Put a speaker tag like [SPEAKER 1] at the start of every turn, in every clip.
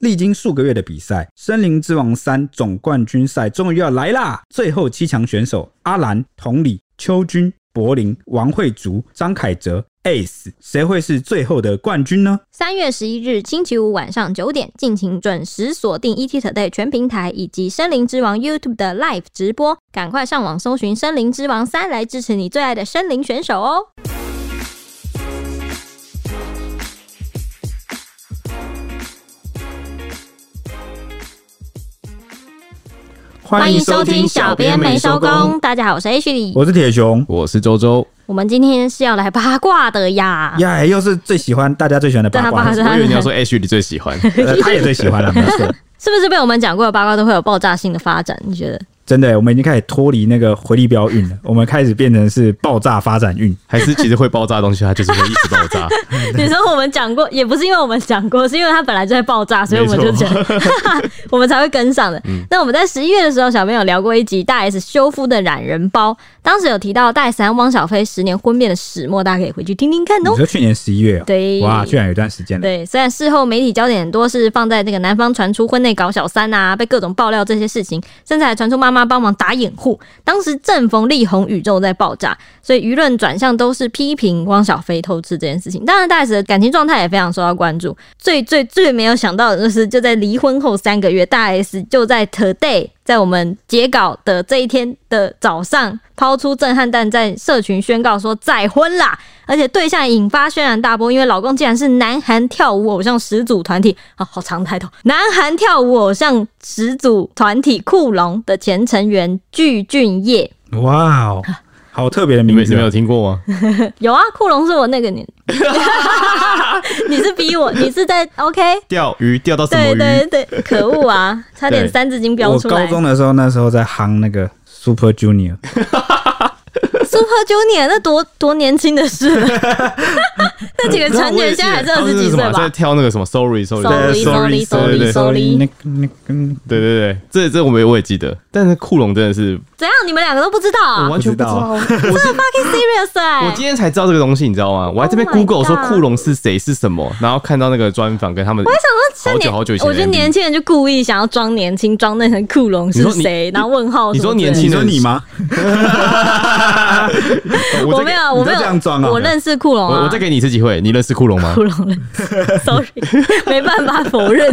[SPEAKER 1] 历经数个月的比赛，《森林之王三》总冠军赛终于要来啦！最后七强选手阿兰、同理、邱军、柏林、王慧竹、张凯哲、Ace，谁会是最后的冠军呢？
[SPEAKER 2] 三月十一日星期五晚上九点，敬请准时锁定 ET Today 全平台以及《森林之王》YouTube 的 Live 直播。赶快上网搜寻《森林之王三》来支持你最爱的森林选手哦！欢迎收听《小编没收工》，大家好，我是 H 李。
[SPEAKER 1] 我是铁熊，
[SPEAKER 3] 我是周周，
[SPEAKER 2] 我们今天是要来八卦的呀，
[SPEAKER 1] 呀、又是最喜欢大家最喜欢的八卦
[SPEAKER 2] 大家，
[SPEAKER 3] 我以为你要说 H 你最喜欢，
[SPEAKER 1] 呃他也最喜欢 了，没错。
[SPEAKER 2] 是不是被我们讲过的八卦都会有爆炸性的发展？你觉得？
[SPEAKER 1] 真的，我们已经开始脱离那个回力镖运了，我们开始变成是爆炸发展运。
[SPEAKER 3] 还是其实会爆炸的东西，它就是会一直爆炸。
[SPEAKER 2] 你说我们讲过，也不是因为我们讲过，是因为它本来就在爆炸，所以我们就讲， 我们才会跟上的。
[SPEAKER 1] 嗯
[SPEAKER 2] 那我们在十一月的时候，小朋友聊过一集大 S 修复的懒人包，当时有提到大 S 和汪小菲十年婚变的始末，大家可以回去听听看哦
[SPEAKER 1] 你。说去年十一月、哦，
[SPEAKER 2] 对
[SPEAKER 1] 哇，居然有一段时间了。
[SPEAKER 2] 对，虽然事后媒体焦点很多是放在那个男方传出婚内搞小三啊，被各种爆料这些事情，甚至还传出妈妈帮忙打掩护。当时正逢力宏宇宙在爆炸，所以舆论转向都是批评汪小菲偷吃这件事情。当然，大 S 的感情状态也非常受到关注。最最最没有想到的就是，就在离婚后三个月，大 S 就在 Today。在我们截稿的这一天的早上，抛出震撼弹，在社群宣告说再婚啦！而且对象引发轩然大波，因为老公竟然是南韩跳舞偶像始祖团体啊，好长抬头，南韩跳舞偶像始祖团体酷龙的前成员具俊晔。
[SPEAKER 1] 哇哦，好特别的
[SPEAKER 3] 你
[SPEAKER 1] 名
[SPEAKER 3] 们是
[SPEAKER 1] 字
[SPEAKER 3] 没
[SPEAKER 1] 哦
[SPEAKER 3] 有。听过吗？
[SPEAKER 2] 有啊，酷龙是我那个年， 你是逼我，你是在 OK？
[SPEAKER 3] 钓鱼钓到什么
[SPEAKER 2] 对
[SPEAKER 3] 鱼？
[SPEAKER 2] 对对，可恶啊，差点
[SPEAKER 3] 对
[SPEAKER 2] 三字经飙
[SPEAKER 1] 我
[SPEAKER 2] 出来。
[SPEAKER 1] 高中的时候，那时候在夯那个 Super Junior，
[SPEAKER 2] Super Junior 那多多年轻的 事了，那几个成员现在还是二十几岁
[SPEAKER 3] 当时是什么在
[SPEAKER 2] 吧？
[SPEAKER 3] 跳那个什么 Sorry Sorry，
[SPEAKER 2] Sorry, sorry,
[SPEAKER 3] 对
[SPEAKER 2] sorry,
[SPEAKER 3] 对对
[SPEAKER 2] sorry
[SPEAKER 1] 那个那个那个
[SPEAKER 3] 对对对，这这我没我也记得，但是库龙真的是
[SPEAKER 2] 怎样？你们两个都不知道
[SPEAKER 3] 我
[SPEAKER 2] 啊
[SPEAKER 3] 完全不知道，我是
[SPEAKER 2] ？Fucking serious 哎、
[SPEAKER 3] 我今天才知道这个东西，你知道吗？我还这边
[SPEAKER 2] Oh my
[SPEAKER 3] Google 说
[SPEAKER 2] God
[SPEAKER 3] 库龙是谁是什么，然后看到那个专访跟他们，我
[SPEAKER 2] 想说像年，
[SPEAKER 3] 好久好久以前的
[SPEAKER 2] 我觉得
[SPEAKER 3] MV
[SPEAKER 2] 年轻人就故意想要装年轻，装那层酷龙
[SPEAKER 3] 你
[SPEAKER 2] 是
[SPEAKER 3] 说你
[SPEAKER 2] 谁，然后问号
[SPEAKER 3] 你
[SPEAKER 2] 什么
[SPEAKER 3] 说
[SPEAKER 2] 之类的
[SPEAKER 3] 年轻
[SPEAKER 1] 你说你吗？
[SPEAKER 2] 我
[SPEAKER 3] 再
[SPEAKER 2] 没
[SPEAKER 3] 给
[SPEAKER 1] 你
[SPEAKER 2] 有，
[SPEAKER 1] 都
[SPEAKER 2] 我没有
[SPEAKER 1] 这样装啊
[SPEAKER 2] 我认识酷龙
[SPEAKER 3] 我
[SPEAKER 2] 啊
[SPEAKER 3] 我再，给你一次机会，你认识库龙吗
[SPEAKER 2] 酷？龙认识 ，sorry，没办法 否认，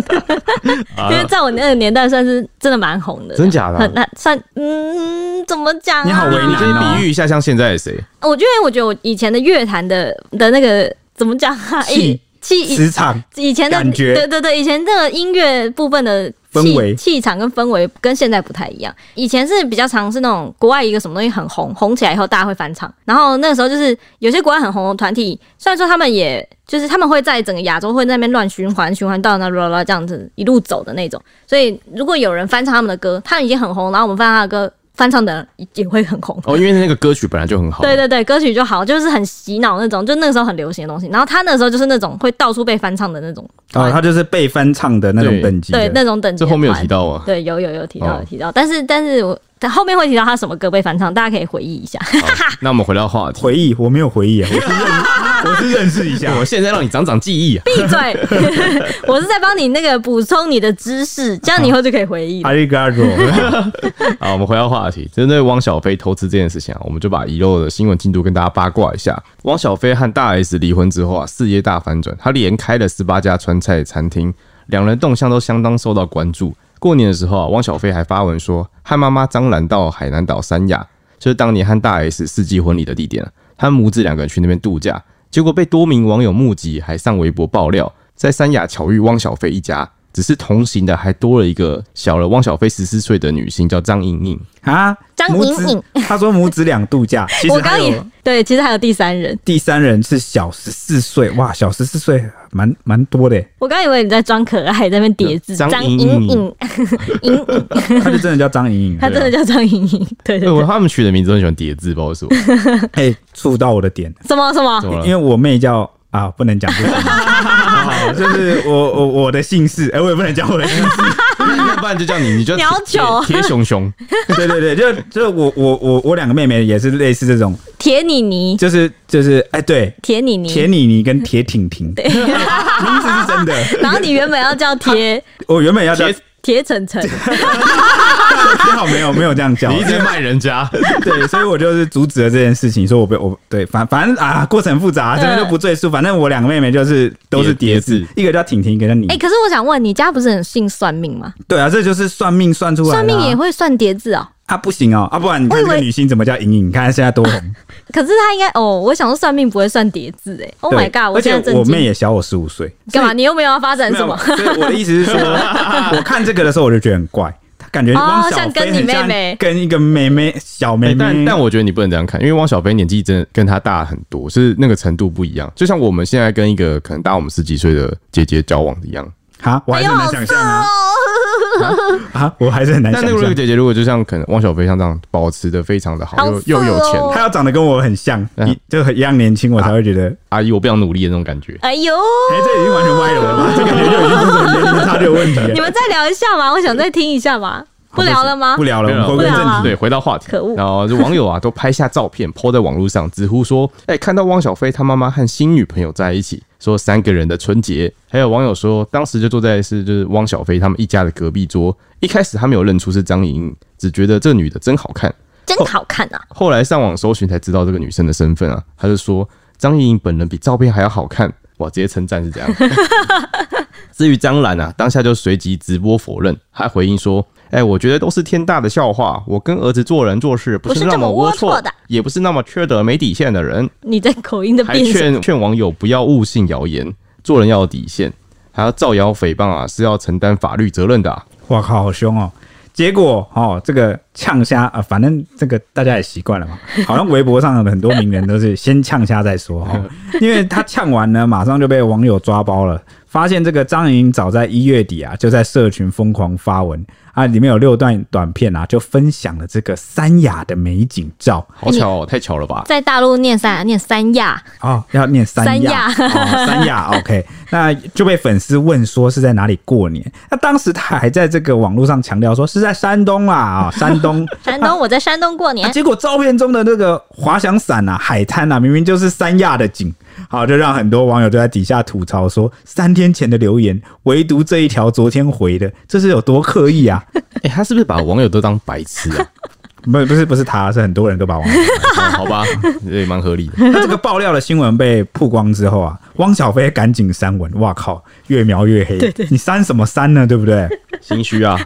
[SPEAKER 3] 啊
[SPEAKER 2] 因为在我那个年代算是真的蛮红的，
[SPEAKER 3] 真假的啊
[SPEAKER 2] 很难算，嗯，怎么讲、啊？
[SPEAKER 1] 你好为
[SPEAKER 3] 你
[SPEAKER 1] 难
[SPEAKER 3] 先
[SPEAKER 1] 哦
[SPEAKER 3] 比喻一下，像现在的谁？
[SPEAKER 2] 我觉得，我觉得我以前的乐坛的的那个怎么讲啊？
[SPEAKER 1] 气
[SPEAKER 2] 以气
[SPEAKER 1] 磁场
[SPEAKER 2] 以以前的
[SPEAKER 1] 感觉
[SPEAKER 2] 对对对，以前那个音乐部分的气
[SPEAKER 1] 氛围
[SPEAKER 2] 气场跟氛围跟现在不太一样。以前是比较常是那种国外一个什么东西很红，红起来以后大家会翻唱，然后那个时候就是有些国外很红的团体，虽然说他们也就是他们会在整个亚洲会在那边乱循环，循环到那啦啦这样子一路走的那种。所以如果有人翻唱他们的歌，他们已经很红，然后我们翻唱他的歌，翻唱的人也会很红。
[SPEAKER 3] 哦，因为那个歌曲本来就很好，
[SPEAKER 2] 对对对，歌曲就好，就是很洗脑那种，就那个时候很流行的东西。然后他那个时候就是那种会到处被翻唱的那种团，
[SPEAKER 1] 哦，他就是被翻唱的那种等级的。
[SPEAKER 2] 对那种等级。
[SPEAKER 3] 这后面有提，到啊。
[SPEAKER 2] 对，有有有提到
[SPEAKER 3] 哦
[SPEAKER 2] 有提到，但是但是我但后面会提到他什么歌被翻唱，大家可以回忆一下。
[SPEAKER 3] 好 那我们回到话题，
[SPEAKER 1] 回忆我没有回忆啊， 我是认我是认识一下。
[SPEAKER 3] 我现在让你长长 记忆啊。
[SPEAKER 2] 闭嘴，我是在帮你那个补充你的知识，这样你以后就可以回忆了
[SPEAKER 1] 阿。里嘎多，
[SPEAKER 3] 好，我们回到话题，针对汪小菲偷吃这件事情啊，我们就把遗漏的新闻进度跟大家八卦一下。汪小菲和大 S 离婚之后啊，事业大反转，他连开了十八家川菜餐厅，两人动向都相当受到关注。过年的时候啊，汪小菲还发文说，和妈妈张兰到海南岛三亚，就是当年和大 S 世纪婚礼的地点啊，他们母子两个人去那边度假，结果被多名网友目击，还上微博爆料，在三亚巧遇汪小菲一家。只是同行的还多了一个小了汪小菲十四岁的女星，叫张莹莹。
[SPEAKER 1] 啊，
[SPEAKER 2] 张
[SPEAKER 1] 母子
[SPEAKER 2] 莹莹，
[SPEAKER 1] 他说母子两度假，其
[SPEAKER 2] 我
[SPEAKER 1] 实
[SPEAKER 2] 刚
[SPEAKER 1] 还
[SPEAKER 2] 也
[SPEAKER 1] 有
[SPEAKER 2] 对，其实还有第三人，
[SPEAKER 1] 第三人是小十四岁，哇，小十四岁蛮蛮多的耶，
[SPEAKER 2] 我刚以为你在装可爱，在那边叠字。
[SPEAKER 3] 张
[SPEAKER 2] 莹
[SPEAKER 3] 莹
[SPEAKER 2] 莹，莹莹，
[SPEAKER 1] 他就真的叫张莹莹
[SPEAKER 2] 她
[SPEAKER 1] 啊，
[SPEAKER 2] 真的叫张莹莹，对对
[SPEAKER 3] 对，我
[SPEAKER 2] 对，
[SPEAKER 3] 他们取的名字都很喜欢叠字，不知道为什么。
[SPEAKER 1] 哎，触到我的点，
[SPEAKER 2] 什么什么
[SPEAKER 3] 怎么
[SPEAKER 1] 因为
[SPEAKER 3] 了？
[SPEAKER 1] 我妹叫啊，不能讲 不行，好就是我我我的姓氏，哎、我也不能讲我的 姓氏，
[SPEAKER 3] 要不然就叫你，你就
[SPEAKER 2] 鸟酒
[SPEAKER 3] 贴贴熊熊，
[SPEAKER 1] 对对对，就就我我我我两个妹妹也是类似这种，
[SPEAKER 2] 铁你泥，
[SPEAKER 1] 就是就是哎、对，
[SPEAKER 2] 铁你
[SPEAKER 1] 铁
[SPEAKER 2] 泥，
[SPEAKER 1] 妮妮跟铁挺挺， 名字是真的，
[SPEAKER 2] 然后你原本要叫铁
[SPEAKER 1] 我原本要叫
[SPEAKER 3] 贴，
[SPEAKER 2] 铁晨晨，
[SPEAKER 1] 还好没有没有这样叫，
[SPEAKER 3] 你一直卖人家，
[SPEAKER 1] 对，所以我就是阻止了这件事情，说我被我对反反正啊，过程很复杂，这边就不赘
[SPEAKER 2] 嗯
[SPEAKER 1] 述。反正我两个妹妹就是都是叠字
[SPEAKER 3] 叠，
[SPEAKER 1] 一个叫婷婷，一个叫你。
[SPEAKER 2] 哎，可是我想问，你家不是很信算命吗？
[SPEAKER 1] 对啊，这就是算命算出来的啊、
[SPEAKER 2] 算命也会算叠字哦。
[SPEAKER 1] 啊，不行哦，啊，不然你看
[SPEAKER 2] 我以
[SPEAKER 1] 这
[SPEAKER 2] 为
[SPEAKER 1] 个女星怎么叫莹莹？你看她现在多红。
[SPEAKER 2] 可是他应该哦，我想说算命不会算叠字哎，Oh
[SPEAKER 1] 对
[SPEAKER 2] my god！
[SPEAKER 1] 而
[SPEAKER 2] 现在
[SPEAKER 1] 且
[SPEAKER 2] 震
[SPEAKER 1] 我妹
[SPEAKER 2] 惊，
[SPEAKER 1] 也小我十五 岁，
[SPEAKER 2] 干嘛？你又没有要发展
[SPEAKER 1] 没
[SPEAKER 2] 什
[SPEAKER 1] 有
[SPEAKER 2] 么？
[SPEAKER 1] 所以我的意思是 说，我看这个的时候我就觉得很怪，她感觉
[SPEAKER 2] 哦
[SPEAKER 1] 汪小
[SPEAKER 2] 像
[SPEAKER 1] 菲
[SPEAKER 2] 跟你
[SPEAKER 1] 很
[SPEAKER 2] 妹
[SPEAKER 1] 像
[SPEAKER 2] 妹
[SPEAKER 1] 跟一个妹妹小妹
[SPEAKER 3] 欸
[SPEAKER 1] 妹。
[SPEAKER 3] 但但我觉得你不能这样看，因为汪小菲年纪真的跟他大很多，是那个程度不一样。就像我们现在跟一个可能大我们十几岁的姐姐交往一样，
[SPEAKER 1] 啊，我还
[SPEAKER 2] 哎
[SPEAKER 1] 是
[SPEAKER 2] 呦，
[SPEAKER 1] 很
[SPEAKER 2] 好
[SPEAKER 1] 难
[SPEAKER 2] 色
[SPEAKER 1] 想象啊
[SPEAKER 2] 哦！
[SPEAKER 1] 啊，我还是很难
[SPEAKER 3] 但
[SPEAKER 1] 想
[SPEAKER 3] 那个那
[SPEAKER 1] 象
[SPEAKER 3] 个。姐姐如果就像可能汪小菲像这样保持的非常的好，
[SPEAKER 2] 好
[SPEAKER 3] 又
[SPEAKER 2] 色
[SPEAKER 3] 又有钱，
[SPEAKER 2] 哦
[SPEAKER 1] 她要长得跟我很像，
[SPEAKER 3] 嗯
[SPEAKER 1] 一就很一样年轻，我才
[SPEAKER 3] 啊
[SPEAKER 1] 会觉得
[SPEAKER 3] 阿姨我不想努力的那种感觉。
[SPEAKER 2] 哎呦，
[SPEAKER 1] 哎、这已经完全歪了吧？这感觉就已经不是什么年龄差距的问题了。
[SPEAKER 2] 你们再聊一下嘛，我想再听一下嘛，不聊了吗
[SPEAKER 1] 哦不？聊了，我
[SPEAKER 3] 没
[SPEAKER 1] 们
[SPEAKER 3] 有了
[SPEAKER 1] 回归
[SPEAKER 2] 不聊了
[SPEAKER 1] 正题。
[SPEAKER 3] 对，回到话题，
[SPEAKER 2] 可恶
[SPEAKER 3] 然后就网友啊都拍下照片，PO 在网络上，直呼说：“哎、看到汪小菲他妈妈和新女朋友在一起，说三个人的春节。”还有网友说，当时就坐在是就是汪小菲他们一家的隔壁桌，一开始他没有认出是张莹莹，只觉得这女的真好看。
[SPEAKER 2] 真好看啊！
[SPEAKER 3] 后来上网搜寻才知道这个女生的身份啊，他就说张莹莹本人比照片还要好看，哇，直接称赞是这样。至于张兰啊，当下就随即直播否认，还回应说：“哎、我觉得都是天大的笑话，我跟儿子做人做事不
[SPEAKER 2] 不
[SPEAKER 3] 是
[SPEAKER 2] 是
[SPEAKER 3] 那
[SPEAKER 2] 这么
[SPEAKER 3] 么龌
[SPEAKER 2] 龌龊
[SPEAKER 3] 龊
[SPEAKER 2] 的，
[SPEAKER 3] 也不是那么缺德没底线的人。”
[SPEAKER 2] 你在口音的
[SPEAKER 3] 还
[SPEAKER 2] 变形，
[SPEAKER 3] 劝劝网友不要误信谣言，做人要有底线，还要造谣诽谤啊，是要承担法律责任的、啊。
[SPEAKER 1] 哇靠，好凶哦！结果哦，这个呛虾啊、呃反正这个大家也习惯了嘛。好像微博上的很多名人都是先呛虾再说哦，因为他呛完呢，马上就被网友抓包了。发现这个张莹莹早在一月底啊，就在社群疯狂发文啊，里面有六段短片啊，就分享了这个三亚的美景照
[SPEAKER 3] 好巧、哦，太巧了吧？
[SPEAKER 2] 在大陆念三亚，念三亚，
[SPEAKER 1] 哦，要念三
[SPEAKER 2] 三
[SPEAKER 1] 亚，
[SPEAKER 2] 亚
[SPEAKER 1] 哦、三 亚，OK，那就被粉丝问说是在哪里过年？那当时他还在这个网络上强调说是在山东啦，啊、山 东。
[SPEAKER 2] 山东，我在山东过
[SPEAKER 1] 啊、
[SPEAKER 2] 年，
[SPEAKER 1] 结果照片中的那个滑翔伞啊、海滩啊，明明就是三亚的景，好，就让很多网友都在底下吐槽说，三天前的留言，唯独这一条昨天回的，这是有多刻意啊？
[SPEAKER 3] 哎、他是不是把网友都当白痴啊？
[SPEAKER 1] 不，不是，不是他，是很多人都把网友
[SPEAKER 3] 哦好吧，也蛮合理 的。
[SPEAKER 1] 那这个爆料的新闻被曝光之后啊，汪小菲赶紧删文，哇靠，越描越黑。你删什么删呢？对不 对？
[SPEAKER 3] 心虚啊，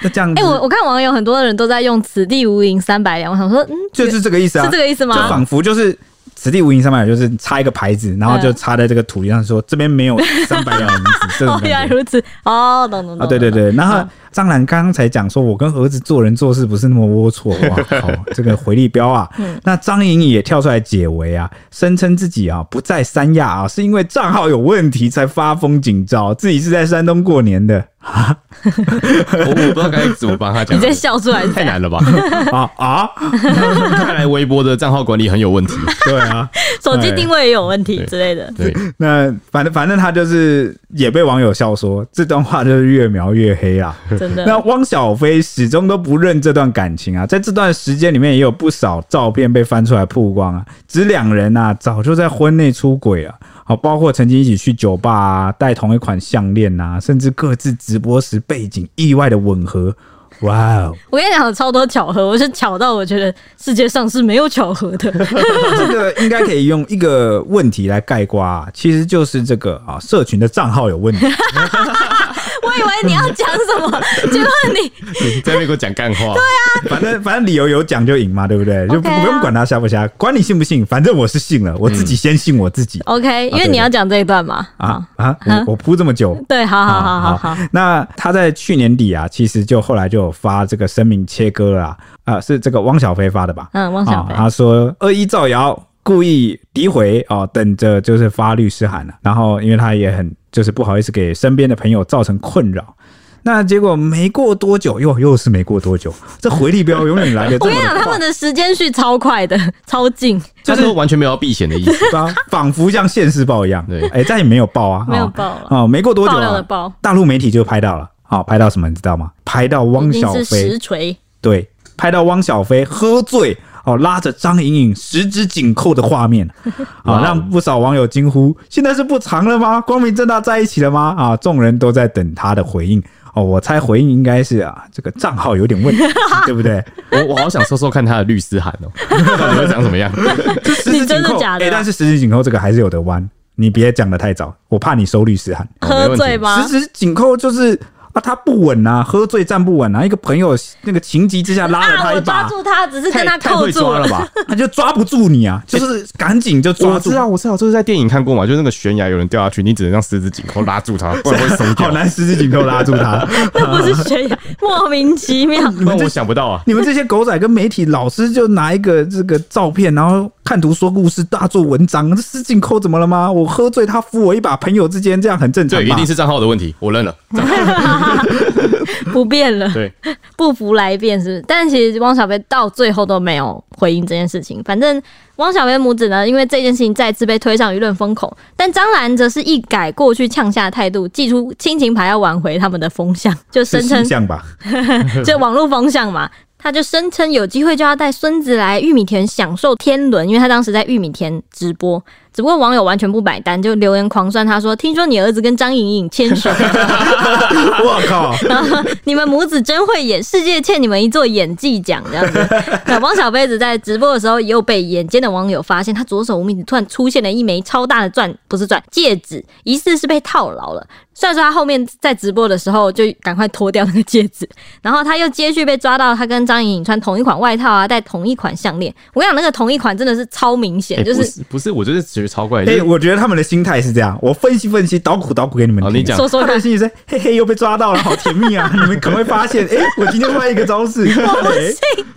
[SPEAKER 1] 那这样子
[SPEAKER 2] 哎，我我看网友很多人都在用“此地无银三百两”，我想说，嗯，
[SPEAKER 1] 就是这个意思啊，
[SPEAKER 2] 是这个意思吗
[SPEAKER 1] 就仿佛就是。此地无银三百两，就是插一个牌子，然后
[SPEAKER 2] 哎
[SPEAKER 1] 就插在这个土地上说，这边没有三 百两银子，这种
[SPEAKER 2] 哦，
[SPEAKER 1] 感
[SPEAKER 2] 原来
[SPEAKER 1] 觉
[SPEAKER 2] 如此，哦，懂懂
[SPEAKER 1] 啊，
[SPEAKER 2] 懂，
[SPEAKER 1] 对对
[SPEAKER 2] 懂，
[SPEAKER 1] 对。然后张兰刚刚才讲说，我跟儿子做人做事不是那么龌龊，哇靠，这个回力镖啊。那张莹莹也跳出来解围啊，声称自己啊不在三亚啊，是因为账号有问题才发风警照，自己是在山东过年的。
[SPEAKER 3] 我我不知道该怎么帮他讲
[SPEAKER 2] 你。在笑出来
[SPEAKER 1] 哎
[SPEAKER 2] 是
[SPEAKER 3] 太
[SPEAKER 2] 怎样，
[SPEAKER 3] 难了吧？
[SPEAKER 1] 啊啊，
[SPEAKER 3] 看来微博的账号管理很 有问题。
[SPEAKER 1] 对啊。
[SPEAKER 2] 手机定位也有问题
[SPEAKER 3] 对
[SPEAKER 2] 之类的，
[SPEAKER 3] 对，
[SPEAKER 1] 那反正反正他就是也被网友笑说这段话就是越描越黑啊。
[SPEAKER 2] 真的。
[SPEAKER 1] 那汪小菲始终都不认这段感情啊，在这段时间里面也有不少照片被翻出来曝光啊，指两人啊早就在婚内出轨了，好，包括曾经一起去酒吧啊，戴同一款项链啊，甚至各自直播时背景意外的吻合，哇哦，
[SPEAKER 2] 我跟你讲，有超多巧合，我是巧到我觉得世界上是没有巧合的。
[SPEAKER 1] 这个应该可以用一个问题来概括、啊，其实就是这个啊，社群的账号有 问题。
[SPEAKER 2] 我以为你要讲什么，结果你
[SPEAKER 3] 你在那边给我讲干话。
[SPEAKER 2] 啊
[SPEAKER 1] 反正反正理由有讲就赢嘛，对不对？就不
[SPEAKER 2] OK 啊
[SPEAKER 1] 不用管他瞎不瞎，管你信不信，反正我是信了，我自己先信我自己
[SPEAKER 2] OK，因为你要讲这一段嘛。
[SPEAKER 1] 啊啊！我我铺这么久。啊
[SPEAKER 2] 对，嗯 好好好好好，
[SPEAKER 1] 那他在去年底啊，其实就后来就有发这个声明切割了啊，啊是这个汪小菲发的吧？
[SPEAKER 2] 嗯，汪小
[SPEAKER 1] 啊
[SPEAKER 2] 菲，
[SPEAKER 1] 他说恶意造谣、故意诋毁哦，等着就是啊发律师函了、然后因为他也很就是不好意思给身边的朋友造成困扰。那结果没过多久，又又是没过多久，这回力镖永远来的这
[SPEAKER 2] 我
[SPEAKER 1] 么
[SPEAKER 2] 跟你讲，
[SPEAKER 1] 快
[SPEAKER 2] 他们的时间序超快的，超近，
[SPEAKER 3] 他都完全没有要避险的意思。
[SPEAKER 1] 对啊， 仿佛像现世报一样。
[SPEAKER 3] 对
[SPEAKER 1] 哎、但也没有报啊，
[SPEAKER 2] 没有
[SPEAKER 1] 哦
[SPEAKER 2] 报了
[SPEAKER 1] 哦，没过多久、
[SPEAKER 2] 爆料的
[SPEAKER 1] 啊，
[SPEAKER 2] 爆，
[SPEAKER 1] 大陆媒体就拍到了，好、拍到什么你知道吗？拍到汪
[SPEAKER 2] 已经
[SPEAKER 1] 小
[SPEAKER 2] 是
[SPEAKER 1] 菲，
[SPEAKER 2] 实锤。
[SPEAKER 1] 对，拍到汪小菲喝醉哦，拉着张颖颖十指紧扣的画 面，啊、
[SPEAKER 3] 哇哦
[SPEAKER 1] 让不少网友惊呼：现在是不长了吗？光明正大在一起了吗？啊，众人都在等他的回应。哦，我猜回应应该是啊，这个账号有点问 题，对不对？
[SPEAKER 3] 我我好想搜搜看他的律师函哦，到底会长什 么样？
[SPEAKER 1] 这十指
[SPEAKER 2] 你真
[SPEAKER 1] 紧
[SPEAKER 2] 的
[SPEAKER 1] 扣，
[SPEAKER 2] 假的
[SPEAKER 1] 哎
[SPEAKER 2] 啊
[SPEAKER 1] 但是十指紧扣这个还是有得弯，你别讲的太早，我怕你收律师函。
[SPEAKER 3] 哦没问
[SPEAKER 2] 喝
[SPEAKER 3] 题
[SPEAKER 2] 醉吗？
[SPEAKER 1] 十指紧扣就是啊，他不稳啊，喝醉站不稳啊，一个朋友那个情急之下拉了他
[SPEAKER 2] 啊！
[SPEAKER 1] 一
[SPEAKER 2] 我
[SPEAKER 1] 把
[SPEAKER 2] 抓，住他，只是跟他
[SPEAKER 3] 太太
[SPEAKER 2] 扣
[SPEAKER 3] 会
[SPEAKER 2] 住
[SPEAKER 3] 抓了吧？
[SPEAKER 1] 他就抓不住你啊，就是赶紧就抓
[SPEAKER 3] 我
[SPEAKER 1] 住
[SPEAKER 3] 知。道，我知道，就是在电影看过嘛，就是那个悬崖有人掉下去，你只能让十指紧扣拉住 他，不然会松
[SPEAKER 1] 好
[SPEAKER 3] 掉。
[SPEAKER 1] 难十指紧扣拉住 他，
[SPEAKER 2] 那不是悬崖，莫名其妙。
[SPEAKER 3] 不然我想不到啊，
[SPEAKER 1] 你们这些狗仔跟媒体老师就拿一个这个照片，然后看图说故事，大做文章，这十指紧扣怎么了吗？我喝醉，他扶我一把，朋友之间这样很正常
[SPEAKER 3] 对，
[SPEAKER 1] 吧？
[SPEAKER 3] 一定是账号的问题，我认了。
[SPEAKER 2] 不变了，
[SPEAKER 3] 对，
[SPEAKER 2] 不服来辩是不是？但其实汪小菲到最后都没有回应这件事情。反正汪小菲母子呢，因为这件事情再次被推上舆论风口，但张兰则是一改过去呛下的态度，祭出亲情牌要挽回他们的风向，就声
[SPEAKER 1] 是
[SPEAKER 2] 称
[SPEAKER 1] 形象吧？
[SPEAKER 2] 就网络风向嘛。他就声称有机会就要带孙子来玉米田享受天伦，因为他当时在玉米田直播，只不过网友完全不买单，就留言狂酸他说：“听说你儿子跟张颖颖牵手，
[SPEAKER 1] 我 靠！
[SPEAKER 2] 然后 你们母子真会演，世界欠你们一座演技奖。”这 样子。那汪小菲子在直播的时候，也有被眼尖的网友发现，他左手无名指突然出现了一枚超大的钻，不是钻，戒指，疑似是被套牢了。虽然说他后面在直播的时候就赶快脱掉那个戒指，然后他又接续被抓到，他跟张颖颖穿同一款外套啊，戴同一款项链。我跟你讲，那个同一款真的是超明显，
[SPEAKER 3] 哎
[SPEAKER 2] 就
[SPEAKER 3] 不
[SPEAKER 2] 是
[SPEAKER 3] 是不是，我就是觉得超怪，就
[SPEAKER 1] 哎、
[SPEAKER 3] 是
[SPEAKER 1] 我觉得他们的心态是这样，我分析分析，捣鼓捣鼓给你们
[SPEAKER 3] 好
[SPEAKER 1] 听。
[SPEAKER 3] 哦你讲
[SPEAKER 2] 说说
[SPEAKER 1] 他
[SPEAKER 2] 看
[SPEAKER 1] 的，心里是嘿嘿，又被抓到了，好甜蜜 啊！你们可能会发现，哎、我今天换一个招式，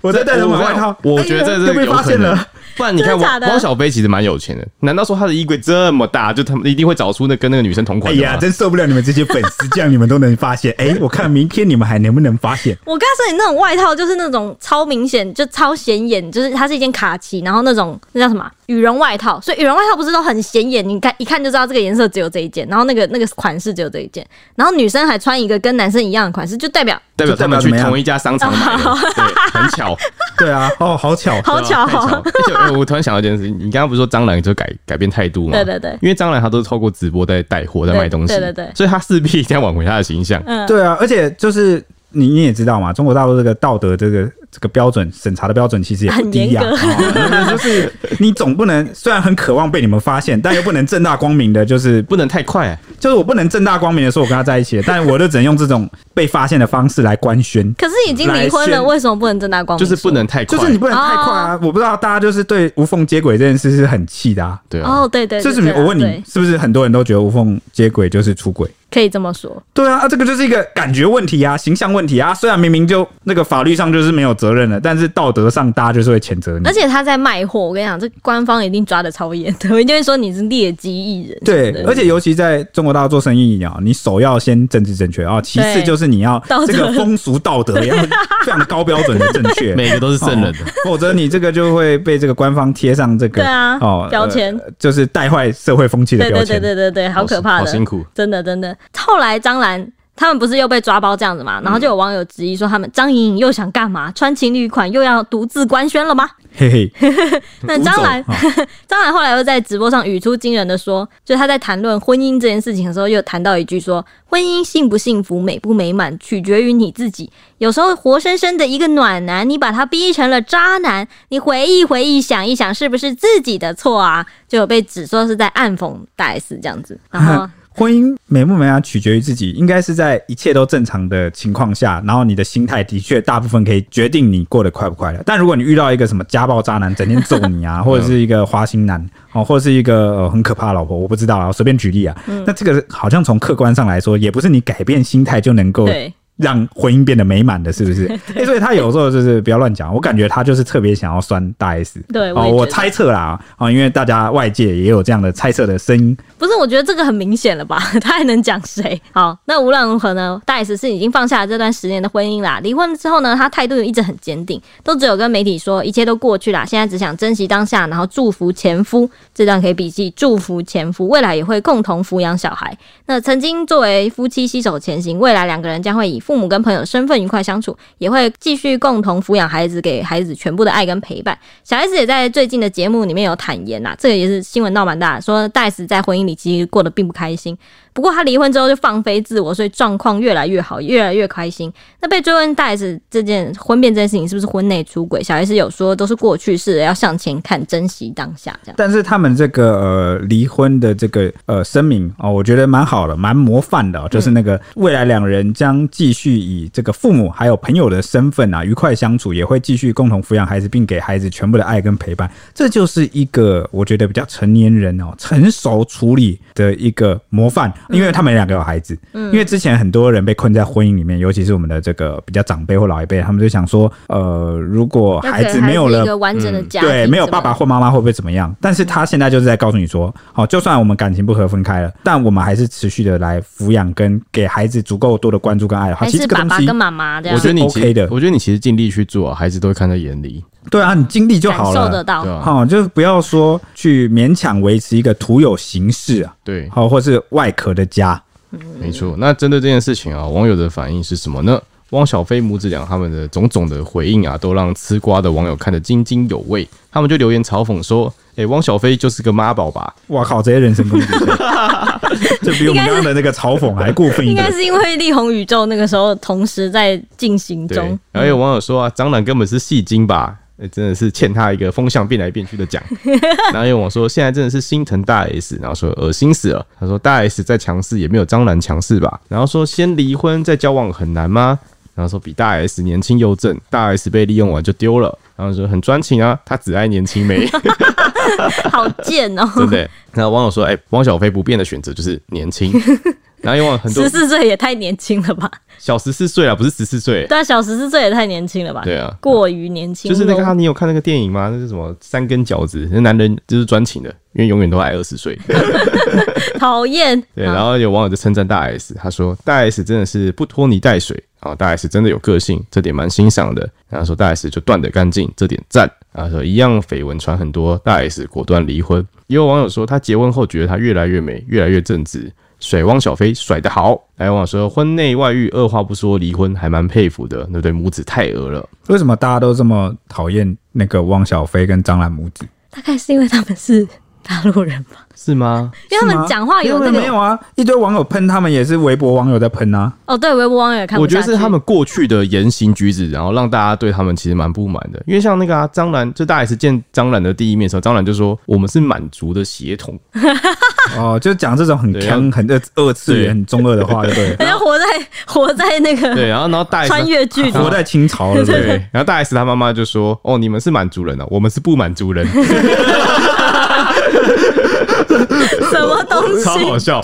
[SPEAKER 1] 我我在戴着我的外套，哎
[SPEAKER 3] 我觉得这
[SPEAKER 1] 又
[SPEAKER 3] 是
[SPEAKER 1] 被
[SPEAKER 3] 有
[SPEAKER 1] 发
[SPEAKER 3] 可
[SPEAKER 1] 现
[SPEAKER 3] 能
[SPEAKER 1] 了。。
[SPEAKER 3] 不然你看
[SPEAKER 2] 真的假
[SPEAKER 3] 汪
[SPEAKER 2] 的
[SPEAKER 3] 汪小菲其实蛮有钱的，难道说他的衣柜这么大，就他们一定会找出那跟那个女生同
[SPEAKER 1] 哎
[SPEAKER 3] 款的
[SPEAKER 1] 呀，
[SPEAKER 3] 吗？
[SPEAKER 1] 真受不了你们这些粉丝，这样你们都能发现。哎、我看明天你们还能不能发 现？
[SPEAKER 2] 我告诉你，那种外套就是那种超明显，就超显眼，就是它是一件卡其，然后那种那叫什么啊羽绒外套，所以羽绒外套不是都很显眼，你看一看就知道这个颜色只有这一件，然后那个那个款式只有这一件，然后女生还穿一个跟男生一样的款式，就代表
[SPEAKER 3] 代表他们
[SPEAKER 1] 就代表怎
[SPEAKER 3] 去
[SPEAKER 1] 么样
[SPEAKER 3] 同一家商场买的， 对，很巧，
[SPEAKER 1] 对啊，哦，好巧，
[SPEAKER 2] 哦好
[SPEAKER 3] 对
[SPEAKER 2] 巧
[SPEAKER 3] 啊太
[SPEAKER 2] 哦、
[SPEAKER 3] 而且哎我突然想到一件事情，你刚刚不是说张兰就改改变态度吗？
[SPEAKER 2] 对对对
[SPEAKER 3] 因为张兰她都是透过直播在带货，在
[SPEAKER 2] 对
[SPEAKER 3] 卖东西，
[SPEAKER 2] 对对对
[SPEAKER 3] 所以她势必一定要挽回她的形象。
[SPEAKER 2] 嗯，
[SPEAKER 1] 对啊，而且就是你你也知道嘛，中国大陆这个道德这个这个标准审查的标准其实也不低呀、
[SPEAKER 2] 很
[SPEAKER 1] 啊，就是你总不能虽然很渴望被你们发现，但又不能正大光明的，就是
[SPEAKER 3] 不能太快、啊
[SPEAKER 1] 就是我不能正大光明的说我跟他在一起，但我就只能用这种被发现的方式来官宣。
[SPEAKER 2] 可是已经离婚
[SPEAKER 1] 来
[SPEAKER 2] 了，
[SPEAKER 1] 宣
[SPEAKER 2] 为什么不能正大光
[SPEAKER 3] 就
[SPEAKER 2] 明说？
[SPEAKER 3] 是不能太快，
[SPEAKER 1] 就是你不能太快
[SPEAKER 2] 哦
[SPEAKER 1] 啊！我不知道大家就是对无缝接轨这件事是很气的啊。
[SPEAKER 3] 对啊，
[SPEAKER 2] 哦，对对对，
[SPEAKER 1] 就是
[SPEAKER 2] 对啊
[SPEAKER 1] 我问你
[SPEAKER 2] 对，
[SPEAKER 1] 是不是很多人都觉得无缝接轨就是出轨？
[SPEAKER 2] 可以这么说，
[SPEAKER 1] 对啊，啊，这个就是一个感觉问题啊，形象问题啊。虽然明明就那个法律上就是没有责任的，但是道德上大家就是会谴责你
[SPEAKER 2] 而。且他在卖货，我跟你讲，这官方一定抓的超严的，一 定会说你是劣迹艺人，
[SPEAKER 1] 对，而且尤其在中国大陆做生意啊，你首要先政治正确啊，其次
[SPEAKER 2] 对
[SPEAKER 1] 就是你要
[SPEAKER 2] 道德
[SPEAKER 1] 这个风俗道德要非常的高标准的正 确，
[SPEAKER 3] 每个都是圣人的。
[SPEAKER 1] 哦否则你这个就会被这个官方贴上这个
[SPEAKER 2] 对啊
[SPEAKER 1] 哦
[SPEAKER 2] 标签
[SPEAKER 1] 呃就是带坏社会风气的
[SPEAKER 2] 对
[SPEAKER 1] 标
[SPEAKER 2] 对
[SPEAKER 1] 签。
[SPEAKER 2] 对对对对，好可怕
[SPEAKER 3] 好
[SPEAKER 2] 的，
[SPEAKER 3] 辛苦，
[SPEAKER 2] 真的真的。后来张兰他们不是又被抓包这样子嘛，然后就有网友质疑说，他们张颖颖又想干嘛？穿情侣款又要独自官宣了吗？
[SPEAKER 1] 嘿嘿，
[SPEAKER 2] 那张兰
[SPEAKER 1] 吴总，
[SPEAKER 2] 张兰后来又在直播上语出惊人的说，就她在谈论婚姻这件事情的时候，又谈到一句说，婚姻幸不幸福、美不美满，取决于你自己。有时候活生生的一个暖男，你把他逼成了渣男，你回忆回忆，想一想，是不是自己的错啊？就有被指说是在暗讽大 S 这样子，然后
[SPEAKER 1] 婚姻美不美啊，取决于自己，应该是在一切都正常的情况下，然后你的心态的确大部分可以决定你过得快不快乐。但如果你遇到一个什么家暴渣男，整天揍你 啊，或者是一个花心男哦，或者是一个、呃很可怕的老婆，我
[SPEAKER 2] 嗯
[SPEAKER 1] 不知道啊，我随便举例啊。那这个好像从客观上来说，也不是你改变心态就能够
[SPEAKER 2] 对。
[SPEAKER 1] 让婚姻变得美满的，是不 是？哎、所以他有时候就是不要乱讲，我感觉他就是特别想要酸大 S。
[SPEAKER 2] 对我
[SPEAKER 1] 哦，
[SPEAKER 2] 也
[SPEAKER 1] 我
[SPEAKER 2] 觉得
[SPEAKER 1] 猜测啦，哦，因为大家外界也有这样的猜测的声音，
[SPEAKER 2] 不是，我觉得这个很明显了吧？ 他还能讲谁？好，那无论如何呢，大 S 是已经放下了这段十年的婚姻啦。离婚之后呢，他态度一直很坚定，都只有跟媒体说一切都过去啦，现在只想珍惜当下，然后祝福前夫。这段可以笔记，祝福前夫，未来也会共同抚养小孩。那曾经作为夫妻携手前行，未来两个人将会以父母跟朋友身份愉快相处，也会继续共同抚养孩子，给孩子全部的爱跟陪伴。小 S 也在最近的节目里面有坦言呐、啊这个也是新闻闹蛮大的，说大 S 在婚姻里其实过得并不开心。不过她离婚之后就放飞自我，所以状况越来越好，越来越开心。那被追问大 S 这件婚变这件事情是不是婚内出轨，小 S 有说都是过去式的，要向前看，珍惜当下这样。
[SPEAKER 1] 但是他们这个呃离婚的这个呃声明哦，我觉得蛮好的，蛮模范
[SPEAKER 2] 嗯
[SPEAKER 1] 的、哦，就是那个未来两人将继续以这个父母还有朋友的身份啊，愉快相处，也会继续共同抚养孩子，并给孩子全部的爱跟陪伴。这就是一个我觉得比较成年人哦，成熟处理的一个模范，
[SPEAKER 2] 嗯
[SPEAKER 1] 因为他们两个有孩子，因为之前很多人被困在婚姻里面，尤其是我们的这个比较长辈或老一辈，他们就想说，呃，如果
[SPEAKER 2] 要
[SPEAKER 1] 孩
[SPEAKER 2] 给
[SPEAKER 1] 子没有
[SPEAKER 2] 孩子
[SPEAKER 1] 了嗯
[SPEAKER 2] 一个完整的家庭、
[SPEAKER 1] 对，没有爸爸。或妈妈会不会怎么样？但是他现在就是在告诉你说，
[SPEAKER 2] 嗯
[SPEAKER 1] 好、就算我们感情不和分开了，但我们还是持续的来抚养跟给孩子足够多的关注跟爱好。
[SPEAKER 2] 还
[SPEAKER 1] 其实
[SPEAKER 2] 是
[SPEAKER 1] 这个
[SPEAKER 2] 爸
[SPEAKER 1] 东
[SPEAKER 2] 爸
[SPEAKER 1] 西，
[SPEAKER 2] 跟妈妈这
[SPEAKER 3] 我
[SPEAKER 2] 样
[SPEAKER 3] 觉得你其
[SPEAKER 1] 是啊 OK 的
[SPEAKER 3] 我觉得你其实尽力去做、啊，孩子都会看在眼里，
[SPEAKER 1] 对啊，你尽力就
[SPEAKER 2] 感
[SPEAKER 1] 好
[SPEAKER 2] 受得
[SPEAKER 1] 了。啊
[SPEAKER 2] 到
[SPEAKER 3] 对，吧、
[SPEAKER 1] 好、就不要说去勉强维持一个徒有形式啊，
[SPEAKER 2] 嗯
[SPEAKER 3] 对，
[SPEAKER 1] 好、或是外壳的家。
[SPEAKER 3] 没错。那针对这件事情啊，网友的反应是什么呢？汪小菲母子俩他们的种种的回应啊，都让吃瓜的网友看得津津有味。他们就留言嘲讽说：“哎、汪小菲就是个妈宝吧？
[SPEAKER 1] 哇靠，这些人身攻击， 这比我们刚刚的那个嘲讽还过分一
[SPEAKER 2] 应
[SPEAKER 1] 点
[SPEAKER 2] 该。是因为力宏宇宙那个时候同时在进行
[SPEAKER 3] 对
[SPEAKER 2] 中，，嗯
[SPEAKER 3] 然后有网友说啊，蟑螂根本是戏精吧。欸、真的是欠他一个风向变来变去 的奖。然后有网友说，现在真的是心疼大 S，然后说恶心死了。他说大 S 再强势也没有蟑螂强势吧。然后说先离婚再交往很难吗？然后说比大 S 年轻又正，大 S 被利用完就丢了。然后说很专情啊，他只爱年轻 妹，
[SPEAKER 2] 好贱 哦、
[SPEAKER 3] 对不对？那网友说，哎、汪小菲不变的选择就是年 轻。然后有网友很多
[SPEAKER 2] 十四岁也太年轻了吧？
[SPEAKER 3] 小十四岁啊，不是十四岁，
[SPEAKER 2] 对啊，小十四岁也太年轻了吧？
[SPEAKER 3] 对啊，
[SPEAKER 2] 过于年轻
[SPEAKER 3] 就
[SPEAKER 2] 咯，
[SPEAKER 3] 是那个啊，你有看那个电影吗？那是什么三根饺子？那男人就是专情的，因为永远都爱二十 岁。
[SPEAKER 2] 讨厌。
[SPEAKER 3] 对，
[SPEAKER 2] 好
[SPEAKER 3] 然后有网友就称赞大 S，他说大 S 真的是不拖泥带水啊，大 S 真的有个性，这点蛮欣赏的。然后说大 S 就断得干净，这点赞。啊，说一样绯闻传很多，大 S 果断离婚。也有网友说他结婚后觉得她越来越美，越来越正直，甩汪小菲甩得好。还有网友说婚内外遇，二话不说离婚，还蛮佩服的，对不对？母子太鹅了。
[SPEAKER 1] 为什么大家都这么讨厌那个汪小菲跟张兰母子？
[SPEAKER 2] 大概是因为他们是大陆人吧，
[SPEAKER 3] 是吗？
[SPEAKER 2] 因为他
[SPEAKER 1] 是
[SPEAKER 2] 们
[SPEAKER 1] 吗
[SPEAKER 2] 讲话有
[SPEAKER 1] 因
[SPEAKER 2] 这
[SPEAKER 1] 为没
[SPEAKER 2] 个
[SPEAKER 1] 有啊，一堆网友喷他们也是微博网友在喷 啊。
[SPEAKER 2] 哦，对，微博网友也看
[SPEAKER 3] 我
[SPEAKER 2] 不
[SPEAKER 3] 觉
[SPEAKER 2] 下
[SPEAKER 3] 得
[SPEAKER 2] 去。
[SPEAKER 3] 是他们过去的言行举止，然后让大家对他们其实蛮不满 的。因为像那个啊，张兰，就大 S 见张兰的第一面的时候，张兰就说我们是满族的血统，
[SPEAKER 1] 哦，就讲这种很
[SPEAKER 3] 对啊
[SPEAKER 1] 强、很二呃二次元、很中二的话，对不 对？
[SPEAKER 2] 人家活在活在那
[SPEAKER 3] 对，啊
[SPEAKER 2] 个
[SPEAKER 3] 然后然后大 S
[SPEAKER 2] 穿 越剧里
[SPEAKER 1] 活在清朝了，对不
[SPEAKER 3] 对
[SPEAKER 1] 对？，
[SPEAKER 3] 然后大 S 她妈妈就说哦，你们是满族人啊，我们是不满族人，
[SPEAKER 2] 什么东
[SPEAKER 3] 超好
[SPEAKER 2] 西？
[SPEAKER 3] 笑。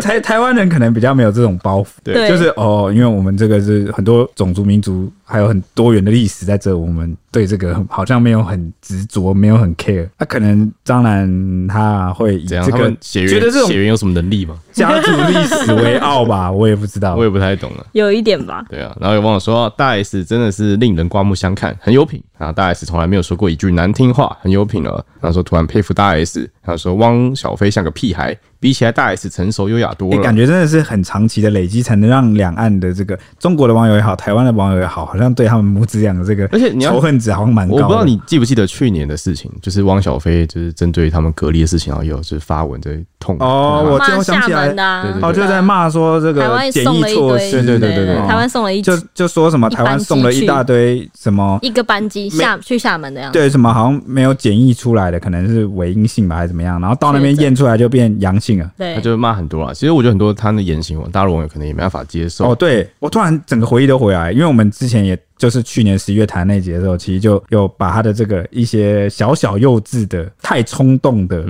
[SPEAKER 1] 台台湾人可能比较没有这种包袱，
[SPEAKER 3] 对
[SPEAKER 2] 对
[SPEAKER 1] 就是哦，因为我们这个是很多种族、民族，还有很多元的历史在这，我们对这个好像没有很执着，没有很 care。那、可能当然他会以
[SPEAKER 3] 怎样？
[SPEAKER 1] 这
[SPEAKER 3] 他
[SPEAKER 1] 个
[SPEAKER 3] 们血
[SPEAKER 1] 觉得这
[SPEAKER 3] 缘
[SPEAKER 1] 种
[SPEAKER 3] 血缘有什么能力吗？
[SPEAKER 1] 家族历史为傲吧，我也不知道
[SPEAKER 3] 我。也不太懂了。
[SPEAKER 2] 有一点吧，
[SPEAKER 3] 对啊，然后有网友说大 S 真的是令人刮目相看，很有品啊！然后大 S 从来没有说过一句难听话，很有品哦了。然后说突然佩服大 S，然后说汪小菲像个屁孩，比起来大 S 成熟优雅多
[SPEAKER 1] 你、
[SPEAKER 3] 了。
[SPEAKER 1] 哎感觉真的是很长期的累积，才能让两岸的这个中国的网友也好，台湾的网友也好，好像对他们母子俩的这个
[SPEAKER 3] 而且你要
[SPEAKER 1] 仇恨值好像蛮高
[SPEAKER 3] 我
[SPEAKER 1] 的。
[SPEAKER 3] 不知道你记不记得去年的事情，就是汪小菲就是针对他们隔离的事情，然后也有就是发文在痛
[SPEAKER 1] 哦
[SPEAKER 3] 痛
[SPEAKER 1] 我
[SPEAKER 3] 他
[SPEAKER 1] 这
[SPEAKER 2] 骂
[SPEAKER 1] 我想
[SPEAKER 2] 厦
[SPEAKER 1] 起来
[SPEAKER 2] 门的啊
[SPEAKER 3] 对对，对
[SPEAKER 1] 哦，就在骂说这
[SPEAKER 2] 台
[SPEAKER 1] 个
[SPEAKER 2] 湾
[SPEAKER 1] 检
[SPEAKER 2] 送
[SPEAKER 1] 疫
[SPEAKER 2] 了一
[SPEAKER 1] 措
[SPEAKER 2] 堆，
[SPEAKER 1] 施，
[SPEAKER 3] 对对对对
[SPEAKER 1] 哦
[SPEAKER 2] 台湾送了一
[SPEAKER 1] 就就说什么台湾送了一大堆什么，
[SPEAKER 2] 一个班机
[SPEAKER 1] 没
[SPEAKER 2] 下去厦门的样子，
[SPEAKER 1] 对什么好像没有检疫出来的，可能是伪阴性吧，还是怎么样？然后到那边
[SPEAKER 2] 确诊
[SPEAKER 1] 验出来就变阳性了。
[SPEAKER 2] 对
[SPEAKER 3] 他，就骂很多啊。其实我觉得很多他的言行，大陆网友可能也没办法接受。
[SPEAKER 1] 哦，对我突然整个回忆都回来，因为我们之前也就是去年十一月谈那节的时候，其实就有把他的这个一些小小幼稚的、太冲哎动的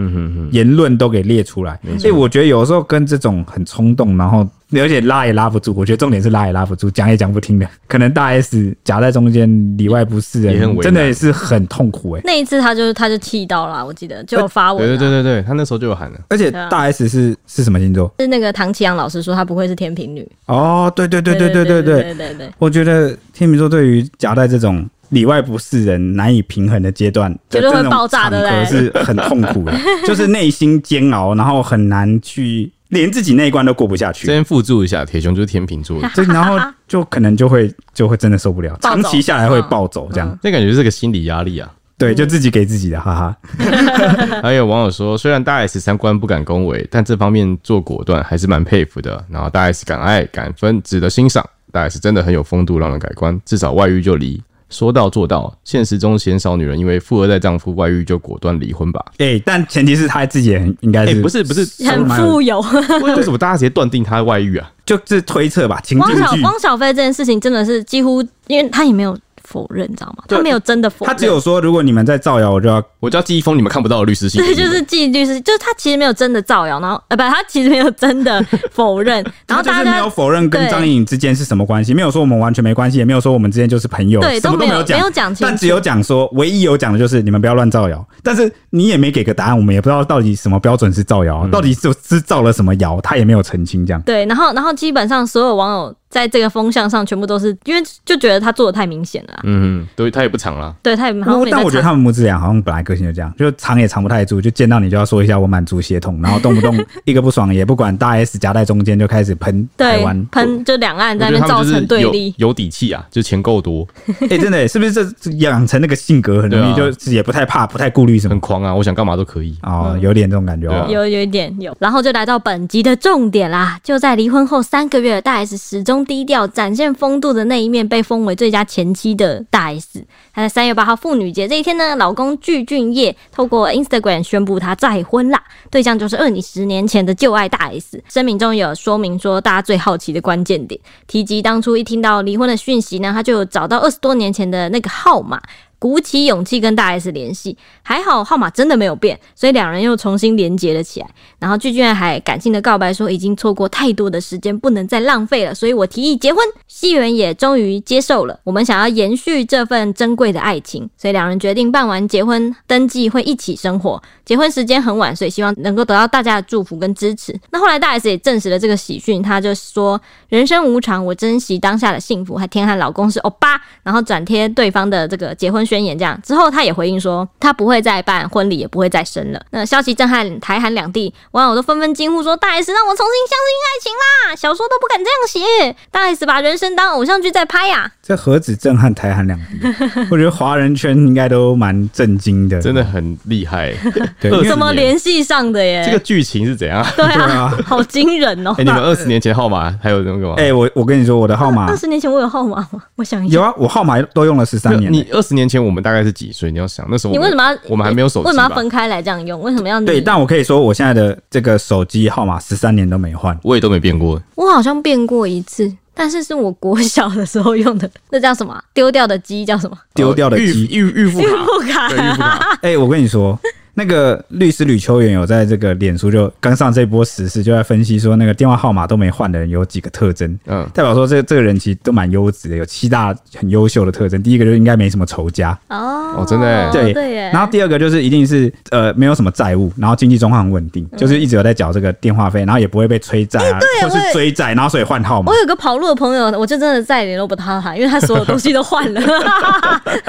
[SPEAKER 1] 言论都给列出来，所以我觉得有时候跟这种很冲动，然后而且拉也拉不住。我觉得重点是拉也拉不住，讲也讲不听的，可能大 S 夹在中间里外不是
[SPEAKER 3] 也很为
[SPEAKER 1] 人，
[SPEAKER 3] 难
[SPEAKER 1] 真的也是很痛苦哎、
[SPEAKER 2] 那一次他就他就气到了，我记得就有发文、啊，
[SPEAKER 3] 对对对对对，他那时候就有喊了，
[SPEAKER 1] 而且
[SPEAKER 2] 对啊
[SPEAKER 1] 大 S 是是什么星座？
[SPEAKER 2] 是那个唐奇阳老师说他不会是天平女，
[SPEAKER 1] 哦，对对对对
[SPEAKER 2] 对
[SPEAKER 1] 对对
[SPEAKER 2] 对
[SPEAKER 1] 对，
[SPEAKER 2] 对对对，
[SPEAKER 1] 我觉得天秤座对于夹在这种里外不是人、难以平衡的阶段，
[SPEAKER 2] 绝对会爆炸的嘞
[SPEAKER 1] 是很痛苦的， 就是内心煎熬，然后很难去，连自己那一关都过不下去
[SPEAKER 3] 这。边附注一下，铁熊就是天 秤座的，
[SPEAKER 1] 这然后就可能就会就会真的受不了，
[SPEAKER 2] 暴走
[SPEAKER 1] 长期下来会暴走这样。
[SPEAKER 2] 嗯
[SPEAKER 3] 这感觉是个心理压力啊。
[SPEAKER 1] 对，就自己给自己的，哈哈。
[SPEAKER 3] 还有网友说，虽然大 S 三观不敢恭维，但这方面做果断还是蛮佩服的。然后大 S 敢爱敢分，值得欣赏。大 S 真的很有风度，让人改观，至少外遇就离。说到做到，现实中鲜少女人因为富二代丈夫外遇就果断离婚吧？
[SPEAKER 1] 哎、但前提是他自己也很应该
[SPEAKER 3] 哎、
[SPEAKER 1] 是、
[SPEAKER 3] 不 是不是，
[SPEAKER 2] 很富有。
[SPEAKER 3] 为什么大家直接断定她外遇啊？
[SPEAKER 1] 就是推测吧，情
[SPEAKER 2] 汪
[SPEAKER 1] 境
[SPEAKER 2] 小
[SPEAKER 1] 剧。
[SPEAKER 2] 汪小菲这件事情真的是几乎，因为他也没有否认，你知道吗？
[SPEAKER 1] 对
[SPEAKER 2] 他没有真的否认，
[SPEAKER 1] 他只有说，如果你们在造谣，我就要
[SPEAKER 3] 我叫寄一封你们看不到的律师信给
[SPEAKER 2] 对，
[SPEAKER 3] 你们，
[SPEAKER 2] 就是纪律师，就是他其实没有真的造谣，然后呃不，他其实没有 真的否认，然
[SPEAKER 1] 他
[SPEAKER 2] 后
[SPEAKER 1] 就
[SPEAKER 2] 大
[SPEAKER 1] 是没有
[SPEAKER 2] 家
[SPEAKER 1] 否认跟
[SPEAKER 2] 对
[SPEAKER 1] 张颖之间是什么关系，没有说我们完全没关系，也没有说我们之间就是朋友，
[SPEAKER 2] 对
[SPEAKER 1] 什么
[SPEAKER 2] 都
[SPEAKER 1] 没
[SPEAKER 2] 没有
[SPEAKER 1] 讲，
[SPEAKER 2] 没有讲清楚
[SPEAKER 1] 但只有讲说，唯一有讲的就是你们不要乱造谣。但是你也没给个答案，我们也不知道到底什么标准是造谣，
[SPEAKER 2] 嗯
[SPEAKER 1] 到底是是造了什么谣，他也没有澄清这样。
[SPEAKER 2] 对，然后然后基本上所有网友在这个风向上，全部都是因为就觉得他做的太明显了啊、
[SPEAKER 3] 嗯，对，她也不长了。
[SPEAKER 2] 对他也好像
[SPEAKER 1] 我
[SPEAKER 2] 没
[SPEAKER 1] 但
[SPEAKER 2] 在
[SPEAKER 1] 我觉得
[SPEAKER 2] 藏
[SPEAKER 1] 他们母子俩好像本来个性就这样，就藏也藏不太住，就见到你就要说一下我满足血统，然后动不动一个不爽也不管，大 S 夹在中间就开始喷台
[SPEAKER 2] 对
[SPEAKER 1] 湾。
[SPEAKER 2] 喷就两岸
[SPEAKER 3] 我
[SPEAKER 2] 在
[SPEAKER 3] 觉
[SPEAKER 2] 那
[SPEAKER 3] 得
[SPEAKER 2] 边
[SPEAKER 3] 他
[SPEAKER 2] 造
[SPEAKER 3] 们就是
[SPEAKER 2] 成
[SPEAKER 3] 有
[SPEAKER 2] 对立，
[SPEAKER 3] 有底气啊，就钱够多，
[SPEAKER 1] 哎、真的耶、是不是这这养成那个性格很容易
[SPEAKER 3] 对啊
[SPEAKER 1] 就是也不太怕、不太顾虑什么
[SPEAKER 3] 很？狂啊，我想干嘛都可以。
[SPEAKER 1] 哦，有点这种感觉、
[SPEAKER 3] 对
[SPEAKER 1] 哦
[SPEAKER 3] 啊。
[SPEAKER 2] 有有一点有，然后就来到本集的重点啦。就在离婚后三个月，大 S 始终低调，展现风度的那一面被封为最佳前妻的大 S。她在三月八号妇女节这一天呢，老公具俊晔透过 Instagram 宣布她再婚啦，对象就是二你十年前的旧爱大 S。声明中有说明说大家最好奇的关键点，提及当初一听到离婚的讯息呢，她就有找到二十多年前的那个号码。鼓起勇气跟大 S 联系，还好号码真的没有变，所以两人又重新连接了起来。然后具俊晔还感性的告白说，已经错过太多的时间，不能再浪费了，所以我提议结婚。西元也终于接受了，我们想要延续这份珍贵的爱情，所以两人决定办完结婚登记会一起生活。结婚时间很晚，所以希望能够得到大家的祝福跟支持。那后来大 S 也证实了这个喜讯，她就说人生无常，我珍惜当下的幸福，还天汉老公是欧巴，然后转贴对方的这个结婚宣言，这样之后她也回应说她不会再办婚礼，也不会再生了。那消息震撼台韩两地，网友都纷纷惊呼说大 S 让我重新相信爱情啦，小说都不敢这样写，大 S 把人生当偶像剧在拍啊呀、
[SPEAKER 1] 这何止震撼台韩两地， 我觉得华人圈应该都蛮震惊的，
[SPEAKER 3] 真的很 厉害、
[SPEAKER 1] 对，
[SPEAKER 3] 二
[SPEAKER 1] 因
[SPEAKER 3] 十
[SPEAKER 1] 为
[SPEAKER 2] 怎么联系上的耶？
[SPEAKER 3] 这个剧情是怎样？
[SPEAKER 2] 对
[SPEAKER 1] 对
[SPEAKER 2] 啊，
[SPEAKER 1] 啊。
[SPEAKER 2] 好惊人哦
[SPEAKER 3] 哎、！你们二十年前号码还有那个吗？
[SPEAKER 1] 哎、我我跟你说，我的号码
[SPEAKER 2] 二十年前我有号码吗？我想一
[SPEAKER 1] 有
[SPEAKER 2] 下，
[SPEAKER 1] 啊，我号码都用了十三
[SPEAKER 3] 那
[SPEAKER 1] 年
[SPEAKER 3] 你
[SPEAKER 1] 了。
[SPEAKER 3] 二十年前我们大概是几岁？你要想那时候我
[SPEAKER 2] 你
[SPEAKER 3] 们
[SPEAKER 2] 为什么要？
[SPEAKER 3] 我们还没有手机吧
[SPEAKER 2] 为什么要分开来这样用？为什么要你
[SPEAKER 1] 对，但我可以说，我现在的这个手机号码十三年都没换。
[SPEAKER 3] 我也都没变过。
[SPEAKER 2] 我好像变过一次，但是是我国小的时候用的， 那叫什么啊？丢掉的机叫什么？
[SPEAKER 1] 丢掉的
[SPEAKER 3] 呃预
[SPEAKER 1] 机
[SPEAKER 3] 预预 付卡，
[SPEAKER 2] 不卡
[SPEAKER 3] 啊对预付
[SPEAKER 2] 啊
[SPEAKER 3] 卡，
[SPEAKER 1] 哎、我跟你说，那个律师吕秋远有在这个脸书就刚上这波时事，就在分析说，那个电话号码都没换的人有几个特征，
[SPEAKER 3] 嗯，
[SPEAKER 1] 代表说这这个人其实都蛮优质的，有七大很优秀的特征。第一个就应该没什么仇家，
[SPEAKER 2] 哦
[SPEAKER 3] 哦真的耶
[SPEAKER 1] 对，
[SPEAKER 2] 对耶，
[SPEAKER 1] 然后第二个就是一定是呃没有什么债务，然后经济状况很稳定，就是一直有在缴这个电话费，然后也不会被催债啊，
[SPEAKER 2] 嗯哎对
[SPEAKER 1] 或
[SPEAKER 2] 我
[SPEAKER 1] 是
[SPEAKER 2] 也
[SPEAKER 1] 追债，然后所以换号码
[SPEAKER 2] 我。有个跑路的朋友，我就真的再也联络不到他，因为他所有东西都换了。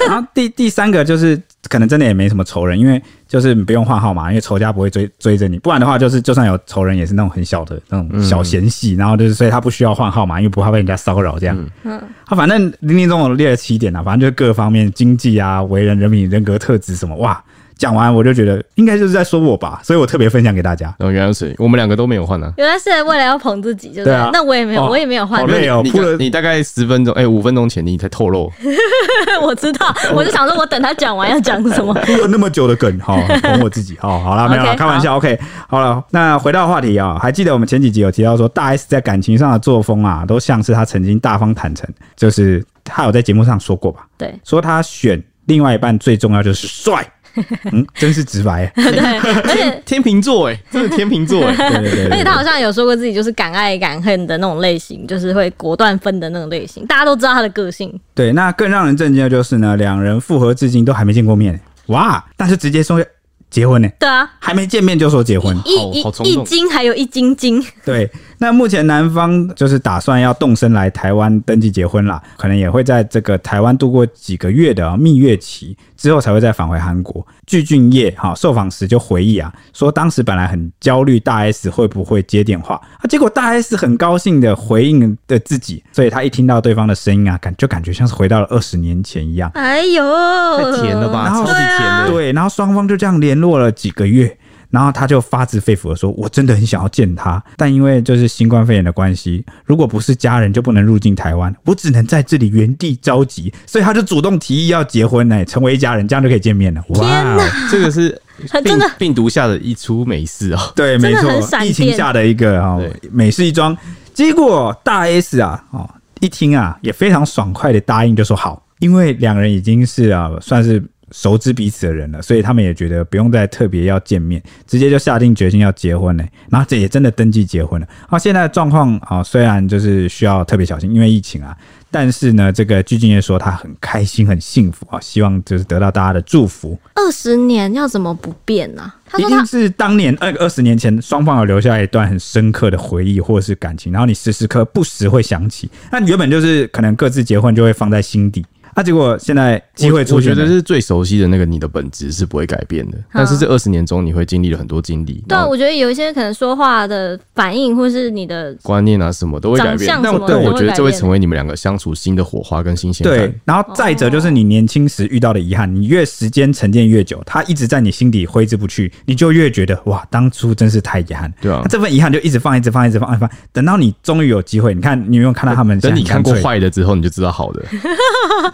[SPEAKER 1] 然后第第三个就是可能真的也没什么仇人，因为就是不用换号码，因为仇家不会追追着你，不然的话就是就算有仇人也是那种很小的那种小嫌隙，然后就是所以他不需要换号码，因为不怕被人家骚扰这样。嗯，他反正林林总总列了七点啊，反正就是各方面经济啊、为人、人品、人格特质什么，哇。讲完我就觉得应该就是在说我吧，所以我特别分享给大家。
[SPEAKER 3] 然后哦原来是我们两个都没有换啊。
[SPEAKER 2] 原来是为了要捧自己，就是
[SPEAKER 1] 对啊
[SPEAKER 2] 那我也没有，
[SPEAKER 1] 哦
[SPEAKER 2] 我也没有换
[SPEAKER 1] 好，累哦
[SPEAKER 3] 你
[SPEAKER 1] 铺了
[SPEAKER 3] 你大概十分钟，哎、五分钟前你才透露，
[SPEAKER 2] 我知道，我就想说，我等他讲完要讲什么。
[SPEAKER 1] 铺了哎那么久的梗，好捧我自己，好好啦，没有啦，
[SPEAKER 2] OK，
[SPEAKER 1] 开玩笑，OK，好了，那回到话题啊、还记得我们前几集有提到说，大 S 在感情上的作风啊，都像是她曾经大方坦诚，就是她有在节目上说过吧，
[SPEAKER 2] 对，
[SPEAKER 1] 说她选另外一半最重要就是帅，嗯，真是直白。
[SPEAKER 3] 天秤座 哎、真的天秤座哎、
[SPEAKER 1] 对对对
[SPEAKER 2] 而且
[SPEAKER 1] 对
[SPEAKER 2] 他好像有说过自己就是敢爱敢恨的那种类型，就是会果断分的那种类型。大家都知道他的个性，
[SPEAKER 1] 对。那更让人震惊的就是呢，两人复合至今都还没见过面，哇！但是直接说结婚呢，
[SPEAKER 2] 对啊，
[SPEAKER 1] 还没见面就说结婚。
[SPEAKER 2] 一
[SPEAKER 3] 好
[SPEAKER 2] 一
[SPEAKER 3] 好冲
[SPEAKER 2] 一
[SPEAKER 3] 动
[SPEAKER 2] 斤还有一斤斤，
[SPEAKER 1] 对，那目前男方就是打算要动身来台湾登记结婚啦，可能也会在这个台湾度过几个月的蜜月期之后，才会再返回韩国。具俊晔哈、受访时就回忆啊，说当时本来很焦虑大 S 会不会接电话啊，结果大 S 很高兴的回应的自己，所以他一听到对方的声音啊，感就感觉像是回到了二十年前一样。
[SPEAKER 2] 哎呦，啊
[SPEAKER 3] 太甜了吧，
[SPEAKER 1] 然后
[SPEAKER 3] 超级甜的、
[SPEAKER 1] 对，然后双方就这样联络了几个月，然后他就发自肺腑的说：“我真的很想要见他，但因为就是新冠肺炎的关系，如果不是家人就不能入境台湾，我只能在这里原地着急。”所以他就主动提议要结婚呢、哎成为一家人，这样就可以见面了。哇！哦
[SPEAKER 3] 这个是
[SPEAKER 2] 很
[SPEAKER 3] 病
[SPEAKER 2] 真的
[SPEAKER 3] 病毒下的一出美事啊、
[SPEAKER 1] 对，
[SPEAKER 2] 真
[SPEAKER 1] 没
[SPEAKER 2] 的很
[SPEAKER 1] 错，
[SPEAKER 2] 闪
[SPEAKER 1] 疫情
[SPEAKER 2] 电
[SPEAKER 1] 下的一个哦
[SPEAKER 3] 对，
[SPEAKER 1] 美事一桩。结果大 S 啊，哦，一听啊，也非常爽快的答应，就说好，因为两人已经是啊，算是熟知彼此的人了，所以他们也觉得不用再特别要见面，直接就下定决心要结婚了。然后这也真的登记结婚了。啊，现在的状况啊，虽然就是需要特别小心，因为疫情啊，但是呢，这个鞠婧祎说她很开心、很幸福啊，希望就是得到大家的祝福。
[SPEAKER 2] 二十年要怎么不变呢、他
[SPEAKER 1] 一
[SPEAKER 2] 说
[SPEAKER 1] 定
[SPEAKER 2] 他
[SPEAKER 1] 是当年二二十年前，双方有留下一段很深刻的回忆或者是感情，然后你时时刻不时会想起。那你原本就是可能各自结婚就会放在心底，那、结果现在 机会
[SPEAKER 3] 我
[SPEAKER 1] 出
[SPEAKER 3] 我觉
[SPEAKER 1] 现
[SPEAKER 3] 得
[SPEAKER 1] 了。
[SPEAKER 3] 是最熟悉的那个你的本质是不会改变的，但是这二十年中你会经历了很多经历，
[SPEAKER 2] 嗯对
[SPEAKER 3] 然
[SPEAKER 2] 啊，
[SPEAKER 3] 后
[SPEAKER 2] 我觉得有一些可能说话的反应，或是你的
[SPEAKER 3] 观念啊什么都会改
[SPEAKER 2] 长
[SPEAKER 3] 变
[SPEAKER 2] 相，
[SPEAKER 3] 但
[SPEAKER 2] 什么
[SPEAKER 3] 但
[SPEAKER 2] 都
[SPEAKER 3] 我
[SPEAKER 2] 会
[SPEAKER 3] 觉得
[SPEAKER 2] 改
[SPEAKER 3] 这会
[SPEAKER 2] 变
[SPEAKER 3] 成为你们两个相处新的火花跟新鲜感。
[SPEAKER 1] 对，然后再者就是你年轻时遇到的遗憾，你越时间沉淀越久，它一直在你心底挥之不去，你就越觉得哇，当初真是太遗憾。
[SPEAKER 3] 对啊
[SPEAKER 1] 那这份遗憾就一直放，一直放，一直放，一直放，等到你终于有机会，你看你有没有看到他们？
[SPEAKER 3] 等你看过坏的之后，你就知道 好的。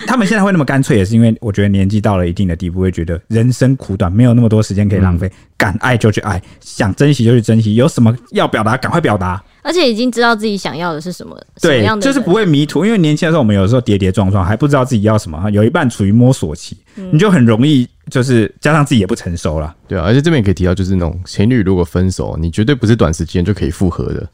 [SPEAKER 1] 他们现在会那么干脆，也是因为我觉得年纪到了一定的地步，会觉得人生苦短，没有那么多时间可以浪费，敢爱就去爱，想珍惜就去珍惜，有什么要表达赶快表达，
[SPEAKER 2] 而且已经知道自己想要的是什么，什么
[SPEAKER 1] 对
[SPEAKER 2] 样，的
[SPEAKER 1] 就
[SPEAKER 2] 人，
[SPEAKER 1] 是不会迷途。因为年轻的时候，我们有时候跌跌撞撞，还不知道自己要什么，有一半处于摸索期，你就很容易就是加上自己也不成熟了。
[SPEAKER 3] 对啊，而且这边也可以提到，就是那种情侣如果分手，你绝对不是短时间就可以复合的。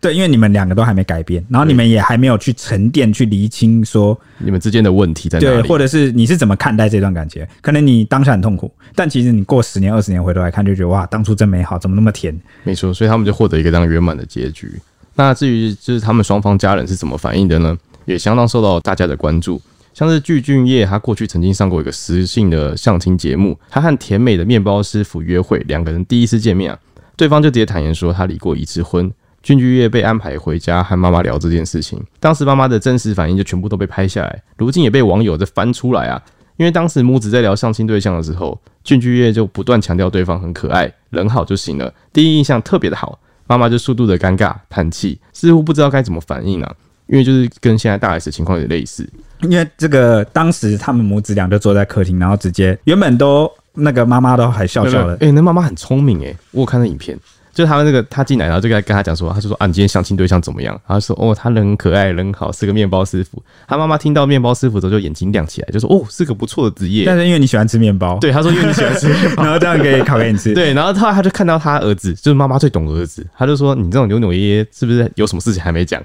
[SPEAKER 1] 对，因为你们两个都还没改变，然后你们也还没有去沉淀、去厘清说，
[SPEAKER 3] 你们之间的问题在哪
[SPEAKER 1] 对，
[SPEAKER 3] 里？
[SPEAKER 1] 或者是你是怎么看待这段感情？可能你当下很痛苦，但其实你过十年、二十年回头来看，就觉得哇，当初真美好，怎么那么甜？
[SPEAKER 3] 没错，所以他们就获得一个这样圆满的结局。那至于就是他们双方家人是怎么反应的呢？也相当受到大家的关注。像是具俊晔，他过去曾经上过一个实性的相亲节目，他和甜美的面包师傅约会，两个人第一次见面啊，对方就直接坦言说他离过一次婚。俊俊晔被安排回家和妈妈聊这件事情，当时妈妈的真实反应就全部都被拍下来，如今也被网友在翻出来啊。因为当时母子在聊相亲对象的时候，俊俊晔就不断强调对方很可爱、人好就行了，第一印象特别的好。妈妈就速度的尴尬叹气，似乎不知道该怎么反应啊，因为就是跟现在大 S 情况有点类似。
[SPEAKER 1] 因为这个当时他们母子俩就坐在客厅，然后直接原本都那个妈妈都还笑笑的，
[SPEAKER 3] 哎、那妈妈很聪明哎、我有看那影片，就是他们那个他进来，然后就跟他跟他讲说，他就说啊，你今天相亲对象怎么样？然后说哦，他人很可爱，人好，是个面包师傅。他妈妈听到面包师傅之后就眼睛亮起来，就说哦，是个不错的职业
[SPEAKER 1] 但。是因为你喜欢吃面包，，
[SPEAKER 3] 对，他说因为你喜欢吃面包，
[SPEAKER 1] 然后这样可以烤给你吃，，
[SPEAKER 3] 对，然后他他就看到他儿子，就是妈妈最懂儿子，他就说你这种扭扭捏捏，是不是有什么事情还没讲？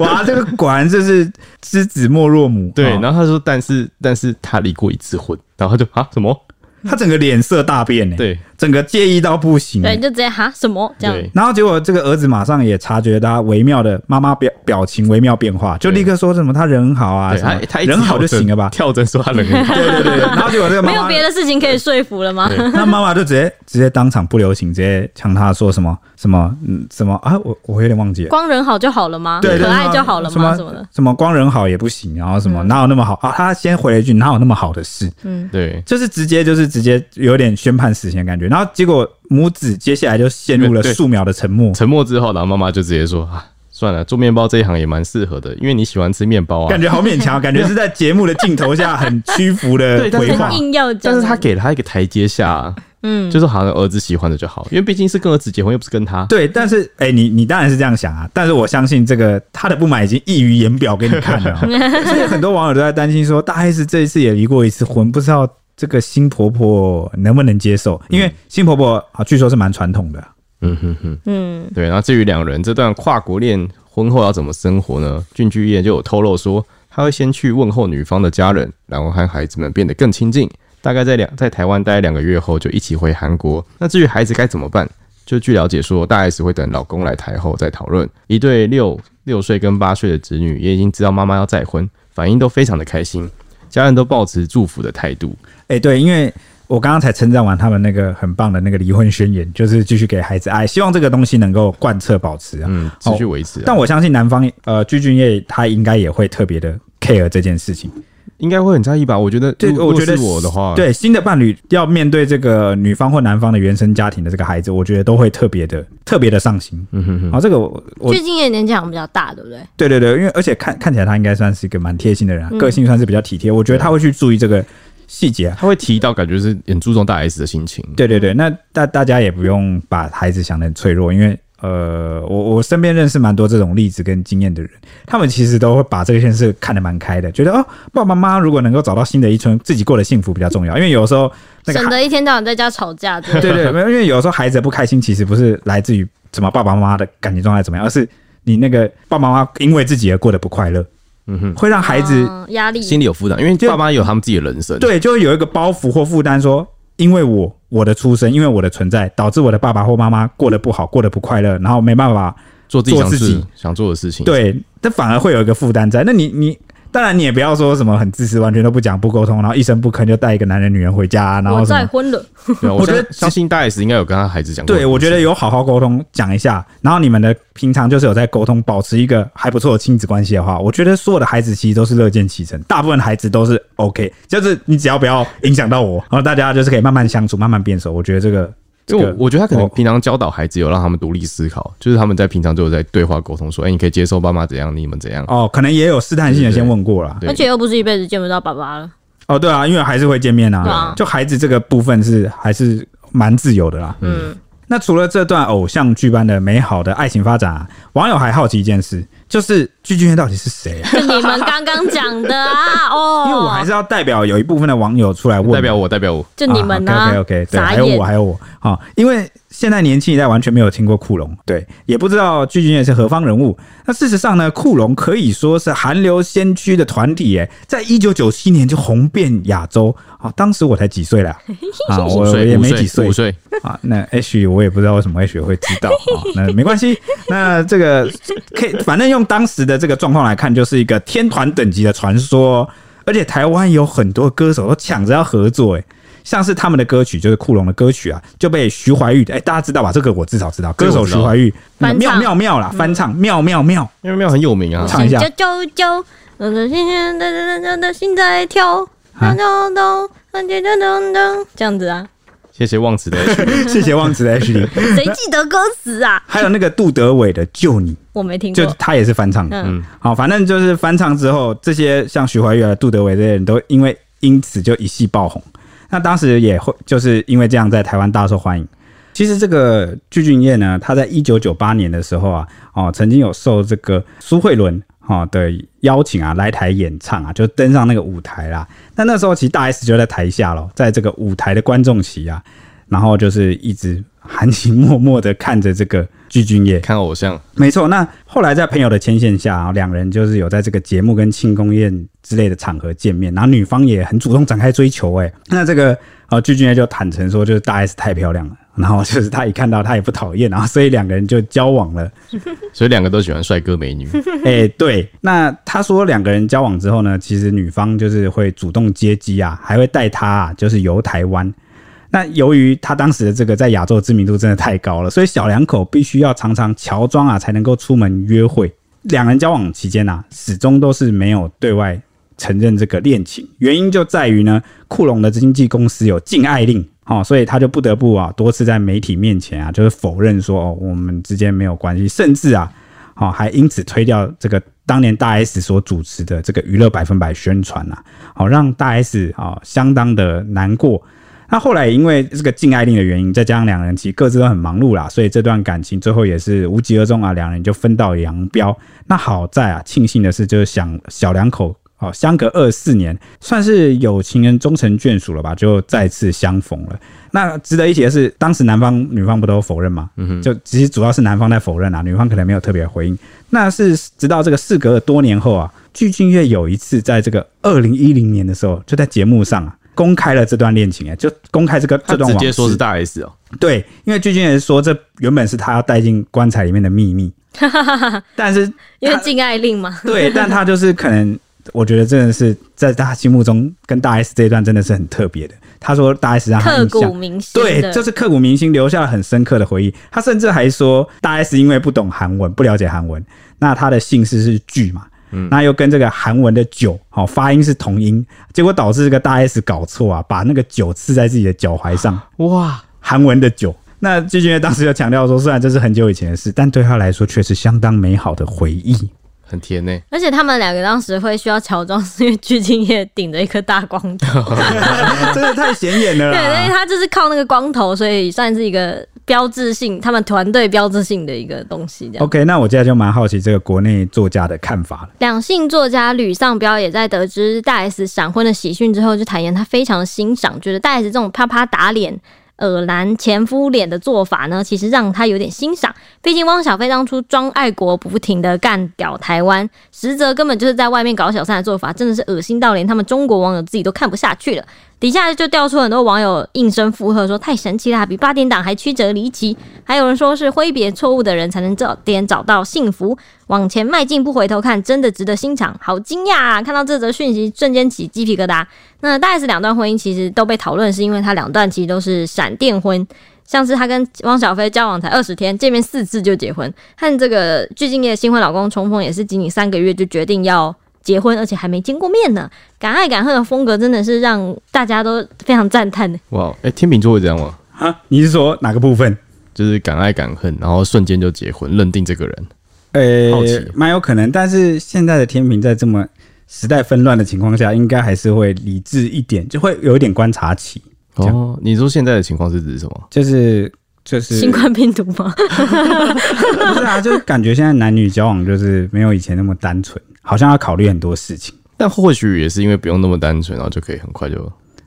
[SPEAKER 1] 哇，这个果然就是知子莫若母，
[SPEAKER 3] 对，
[SPEAKER 1] 哦
[SPEAKER 3] 然后他说但是但是他离过一次婚，然后他就啊什么？
[SPEAKER 1] 他整个脸色大变呢，，
[SPEAKER 3] 对
[SPEAKER 1] 整个介意到不行，
[SPEAKER 2] 对，你就直接哈什么这样，
[SPEAKER 3] 对，
[SPEAKER 1] 然后结果这个儿子马上也察觉到他微妙的妈妈表表情微妙变化，就立刻说什么他人很好啊，
[SPEAKER 3] 对
[SPEAKER 1] 什么
[SPEAKER 3] 他他一直
[SPEAKER 1] 人好就
[SPEAKER 3] 跳针
[SPEAKER 1] 行了吧，
[SPEAKER 3] 跳针说他人很 好，
[SPEAKER 1] 对对对，对然后结果这个妈
[SPEAKER 2] 没有
[SPEAKER 1] 妈
[SPEAKER 2] 别的事情可以说服了吗？
[SPEAKER 3] 对
[SPEAKER 1] 那妈妈就直接直接当场不留情，直接呛他说什么什么嗯什么啊，我我有点忘记了。
[SPEAKER 2] 光人好就好了吗？
[SPEAKER 1] 对，
[SPEAKER 2] 可
[SPEAKER 1] 就是
[SPEAKER 2] 爱
[SPEAKER 1] 说
[SPEAKER 2] 就好了
[SPEAKER 1] 什
[SPEAKER 2] 吗？
[SPEAKER 1] 么
[SPEAKER 2] 什么的，
[SPEAKER 1] 什么光人好也不行，然后什么哪有那么好啊？他先回了一句哪有那么好的事，
[SPEAKER 2] 嗯，
[SPEAKER 3] 对，
[SPEAKER 1] 就是直接就是直接有点宣判死刑的感觉。然后结果母子接下来就陷入了
[SPEAKER 3] 对对
[SPEAKER 1] 数秒的沉默。
[SPEAKER 3] 沉默之后，然后妈妈就直接说啊，算了，做面包这一行也蛮适合的，因为你喜欢吃面包啊
[SPEAKER 1] 感。觉好勉强，感觉是在节目的镜头下很屈服 的
[SPEAKER 3] 对但是
[SPEAKER 1] 回话
[SPEAKER 2] 很。硬要讲，
[SPEAKER 3] 但是他给了他一个台阶下、啊，
[SPEAKER 2] 嗯，
[SPEAKER 3] 就是好像儿子喜欢的就好，因为毕竟是跟儿子结婚，又不是跟他。
[SPEAKER 1] 对，但是哎、你你当然是这样想啊，但是我相信这个他的不满已经溢于啊言表给你看了哦、所以很多网友都在担心说，大 S 这一次也离过一次婚，不知道这个新婆婆能不能接受？因为新婆婆啊，据说是蛮传统的。
[SPEAKER 3] 嗯哼哼，
[SPEAKER 2] 嗯，
[SPEAKER 3] 对。然后至于两人这段跨国恋婚后要怎么生活呢？俊剧业就有透露说，他会先去问候女方的家人，然后和孩子们变得更亲近。大概在两在台湾待两个月后，就一起回韩国。那至于孩子该怎么办，就据了解说，大 S 会等老公来台后再讨论。一对六六岁跟八岁的子女也已经知道妈妈要再婚，反应都非常的开心，家人都抱持祝福的态度。
[SPEAKER 1] 哎、对，因为我刚刚才称赞完他们那个很棒的那个离婚宣言，就是继续给孩子爱，希望这个东西能够贯彻保持啊。
[SPEAKER 3] 嗯，持续维持、啊。
[SPEAKER 1] 但我相信男方呃鞠俊业他应该也会特别的 care 这件事情。
[SPEAKER 3] 应该会很在意吧？我觉得，
[SPEAKER 1] 对，
[SPEAKER 3] 如
[SPEAKER 1] 我觉
[SPEAKER 3] 如
[SPEAKER 1] 得
[SPEAKER 3] 果是我的话，，
[SPEAKER 1] 对新的伴侣要面对这个女方或男方的原生家庭的这个孩子，我觉得都会特别的特别的上心。
[SPEAKER 3] 嗯哼哼，
[SPEAKER 1] 啊，这个我我
[SPEAKER 2] 最近也年纪好像比较大，对不对？
[SPEAKER 1] 对对对，因为而且看看起来他应该算是一个蛮贴心的人啊、个性算是比较体贴，我觉得他会去注意这个细节啊。
[SPEAKER 3] 他会提到，感觉是很注重大 S 的心情。
[SPEAKER 1] 对对对，那大大家也不用把孩子想得很脆弱，因为呃，我我身边认识蛮多这种例子跟经验的人，他们其实都会把这个件事看得蛮开的，觉得哦，爸爸妈妈如果能够找到新的一春，自己过得幸福比较重要，因为有时候那个
[SPEAKER 2] 省
[SPEAKER 1] 孩
[SPEAKER 2] 得一天到晚在家吵架，对不 对
[SPEAKER 1] 对对，没有因为有时候孩子的不开心其实不是来自于怎么爸爸妈妈的感情状态怎么样，而是你那个爸爸妈妈因为自己而过得不快乐，
[SPEAKER 3] 嗯哼，
[SPEAKER 1] 会让孩子、
[SPEAKER 2] 嗯压力
[SPEAKER 3] 心里有负担，因为爸妈有他们自己的人生。，
[SPEAKER 1] 对，就会有一个包袱或负担说。因为我我的出生，因为我的存在，导致我的爸爸或妈妈过得不好，过得不快乐，然后没办法
[SPEAKER 3] 做自己
[SPEAKER 1] 做
[SPEAKER 3] 想
[SPEAKER 1] 自己
[SPEAKER 3] 事想做的事情。，
[SPEAKER 1] 对，但反而会有一个负担在。那你你当然你也不要说什么很自私，完全都不讲不沟通，然后一声不吭就带一个男人女人回家、啊然
[SPEAKER 2] 我
[SPEAKER 1] 后什
[SPEAKER 2] 再
[SPEAKER 1] 么？
[SPEAKER 2] 婚了，
[SPEAKER 3] 对啊
[SPEAKER 1] 我
[SPEAKER 3] 我
[SPEAKER 1] 觉
[SPEAKER 3] 觉
[SPEAKER 1] 得
[SPEAKER 3] 得相信大 S 应该有跟他孩子讲过。
[SPEAKER 1] 对，我觉得有好好沟通讲一下，然后你们的平常就是有在沟通，保持一个还不错的亲子关系的话，我觉得所有的孩子其实都是乐见其成，大部分孩子都是 OK，就是你只要不要影响到我，然后大家就是可以慢慢相处，慢慢变熟。我觉得这个，这
[SPEAKER 3] 因为
[SPEAKER 1] 个
[SPEAKER 3] 我我觉得他可能
[SPEAKER 1] 哦
[SPEAKER 3] 平常教导孩子有让他们独立思考，就是他们在平常就有在对话沟通，说，哎，你可以接受爸妈怎样，你们怎样。
[SPEAKER 1] 哦，可能也有试探性的先问过啦。
[SPEAKER 3] 对
[SPEAKER 2] 而且又不是一辈子见不到爸爸了。
[SPEAKER 1] 哦，对啊，因为还是会见面
[SPEAKER 2] 对
[SPEAKER 1] 啊
[SPEAKER 2] 啊，
[SPEAKER 1] 就孩子这个部分是还是蛮自由的啦。
[SPEAKER 2] 嗯，
[SPEAKER 1] 那除了这段偶像剧般的美好的爱情发展、啊，网友还好奇一件事，就是具俊晔到底是谁、啊？
[SPEAKER 2] 就你们刚刚讲的啊，哦，
[SPEAKER 1] 因为我还是要代表有一部分的网友出来问，
[SPEAKER 3] 代表我，代表我，
[SPEAKER 2] 就你们呢、
[SPEAKER 1] o k OK，对，啊
[SPEAKER 2] 傻
[SPEAKER 1] 还有
[SPEAKER 2] 眼
[SPEAKER 1] 我，还有我啊、因为现在年轻一代完全没有听过库龙，对，也不知道具俊晔是何方人物。那事实上呢，库龙可以说是韩流先驱的团体，哎，在一九九七年就红遍亚洲啊、当时我才几岁啦， 啊，我
[SPEAKER 3] 五
[SPEAKER 1] 我
[SPEAKER 3] 岁
[SPEAKER 1] 也
[SPEAKER 3] 五
[SPEAKER 1] 没
[SPEAKER 3] 岁
[SPEAKER 1] 几岁
[SPEAKER 3] 五，岁，
[SPEAKER 1] 啊，那 H 我也不知道为什么 H 会知道啊，那没关系，那这个可以，反正用当时的这个状况来看，就是一个天团等级的传说，而且台湾有很多歌手都抢着要合作、欸，像是他们的歌曲，就是库龙的歌曲啊，就被徐怀钰，哎、大家知道吧？这个我至少知道，嗯歌手徐怀钰，
[SPEAKER 2] 这个我知道
[SPEAKER 1] 妙妙妙啦，翻唱妙妙妙，
[SPEAKER 3] 因为妙很有名啊。
[SPEAKER 1] 唱一下
[SPEAKER 2] 啾啾啾，我的心心噔噔噔噔的心在跳，
[SPEAKER 1] 啊
[SPEAKER 2] 咚咚咚咚咚咚咚，这样子啊，
[SPEAKER 3] 谢谢忘词的 H
[SPEAKER 1] 谢谢忘词的 H
[SPEAKER 2] 谁记得歌词啊？
[SPEAKER 1] 还有那个杜德伟的《救你》。
[SPEAKER 2] 我没听
[SPEAKER 1] 就
[SPEAKER 2] 过。
[SPEAKER 1] 他也是翻唱的，嗯
[SPEAKER 2] 嗯，
[SPEAKER 1] 好，反正就是翻唱之后，这些像徐怀钰啊、杜德伟这些人都因为因此就一系爆红。那当时也会就是因为这样在台湾大受欢迎。其实这个具俊晔呢，他在一九九八年的时候啊，哦，曾经有受这个苏慧伦哦的邀请啊，来台演唱啊，就登上那个舞台啦。那那时候其实大 S 就在台下咯，在这个舞台的观众席啊，然后就是一直含情脉脉的看着这个具俊晔，
[SPEAKER 3] 看偶像，
[SPEAKER 1] 没错，那后来在朋友的牵线下啊，两人就是有在这个节目跟庆功宴之类的场合见面，然后女方也很主动展开追求、哎， 那这个呃具俊晔就坦诚说，就是大 S 太漂亮了，然后就是他一看到她也不讨厌，然后所以两个人就交往了。
[SPEAKER 3] 所以两个都喜欢帅 哥美女。
[SPEAKER 1] 哎、对，那他说两个人交往之后呢，其实女方就是会主动接机啊，还会带他、啊、就是游台湾。那由于他当时的这个在亚洲知名度真的太高了，所以小两口必须要常常乔装啊才能够出门约会。两人交往期间啊，始终都是没有对外承认这个恋情，原因就在于呢，库龙的经纪公司有禁爱令。哦，所以他就不得不啊，多次在媒体面前啊，就是否认说哦，我们之间没有关系，甚至啊，哦，还因此推掉这个当年大 S 所主持的这个娱乐百分百宣传啊，好、让大 S 啊、哦相当的难过。那后来因为这个禁爱令的原因，再加上两人其实各自都很忙碌啦，所以这段感情最后也是无疾而终啊，两人就分道扬镳。那好在啊，庆幸的是，就是想小两口好，相隔二四年，算是有情人终成眷属了吧？就再次相逢了。那值得一提的是，当时男方女方不都否认吗？嗯就其实主要是男方在否认啊，女方可能没有特别回应。那是直到这个事隔了多年后啊，具俊晔有一次在这个二零一零年的时候，就在节目上啊。公开了这段恋情、哎，就公开这个
[SPEAKER 3] 他
[SPEAKER 1] 这段
[SPEAKER 3] 直
[SPEAKER 1] 往
[SPEAKER 3] 接说
[SPEAKER 1] 事
[SPEAKER 3] 是大 S 哦，
[SPEAKER 1] 对，因为具俊晔说这原本是他要带进棺材里面的秘 密，但是
[SPEAKER 2] 因为
[SPEAKER 1] 他
[SPEAKER 2] 禁爱令嘛，
[SPEAKER 1] 对，但他就是可能，我觉得真的是在他心目中跟大 S 这一段真的是很特别的。他说大 S 让他
[SPEAKER 2] 刻
[SPEAKER 1] 啊印
[SPEAKER 2] 骨
[SPEAKER 1] 象。
[SPEAKER 2] 铭心
[SPEAKER 1] 对，
[SPEAKER 2] 的，
[SPEAKER 1] 就是刻骨铭心，留下了很深刻的回忆。他甚至还说，大 S 因为不懂韩文，不了解韩文，那他的姓氏是具嘛，那又跟这个韩文的九，好、发音是同音，结果导致这个大 S 搞错啊，把那个九刺在自己的脚踝上，
[SPEAKER 3] 哇，
[SPEAKER 1] 韩文的酒。那季俊晔当时就强调说，虽然这是很久以前的事，但对他来说却是相当美好的回忆。
[SPEAKER 3] 很甜呢、
[SPEAKER 2] 而且他们两个当时会需要乔装，是因为鞠婧祎顶着一颗大光 头，
[SPEAKER 1] 真的太显眼了
[SPEAKER 2] 对，因
[SPEAKER 1] 啦！
[SPEAKER 2] 为他就是靠那个光头，所以算是一个标志性，他们团队标志性的一个东西。这 样，
[SPEAKER 1] OK，那我接下来就蛮好奇这个国内作家的看法了。
[SPEAKER 2] 两性作家吕尚彪也在得知大 S 闪婚的喜讯之后，就坦言他非常欣赏，觉得大 S 这种啪啪打脸。耳男前夫脸的做法呢，其实让他有点欣赏。毕竟汪小菲当初装爱国，不停的干掉台湾，实则根本就是在外面搞小三的做法，真的是恶心到连他们中国网友自己都看不下去了。底下就调出很多网友应声附和说：“太神奇啦，比八点档还曲折离奇。”还有人说是挥别错误的人才能早点找到幸福，往前迈进不回头看，真的值得欣赏。好惊讶啊！看到这则讯息，瞬间起鸡皮疙瘩。那大 S 两段婚姻其实都被讨论，是因为她两段其实都是闪电婚。像是她跟汪小菲交往才二十天，见面四次就结婚，和这个鞠婧祎的新婚老公重逢也是仅仅三个月就决定要结婚，而且还没见过面呢。敢爱敢恨的风格真的是让大家都非常赞叹的。
[SPEAKER 3] 哇，哎、天秤座会这样吗？
[SPEAKER 1] 啊，你是说哪个部分？
[SPEAKER 3] 就是敢爱敢恨，然后瞬间就结婚，认定这个人。
[SPEAKER 1] 呃
[SPEAKER 3] 好奇
[SPEAKER 1] 蛮有可能，但是现在的天平在这么时代纷乱的情况下，应该还是会理智一点，就会有一点观察期，这样
[SPEAKER 3] 哦，你说现在的情况是指什么？
[SPEAKER 1] 就是就是
[SPEAKER 2] 新冠病毒吗？
[SPEAKER 1] 不是啊，就感觉现在男女交往就是没有以前那么单纯，好像要考虑很多事情。
[SPEAKER 3] 但或许也是因为不用那么单纯，然后就可以很快就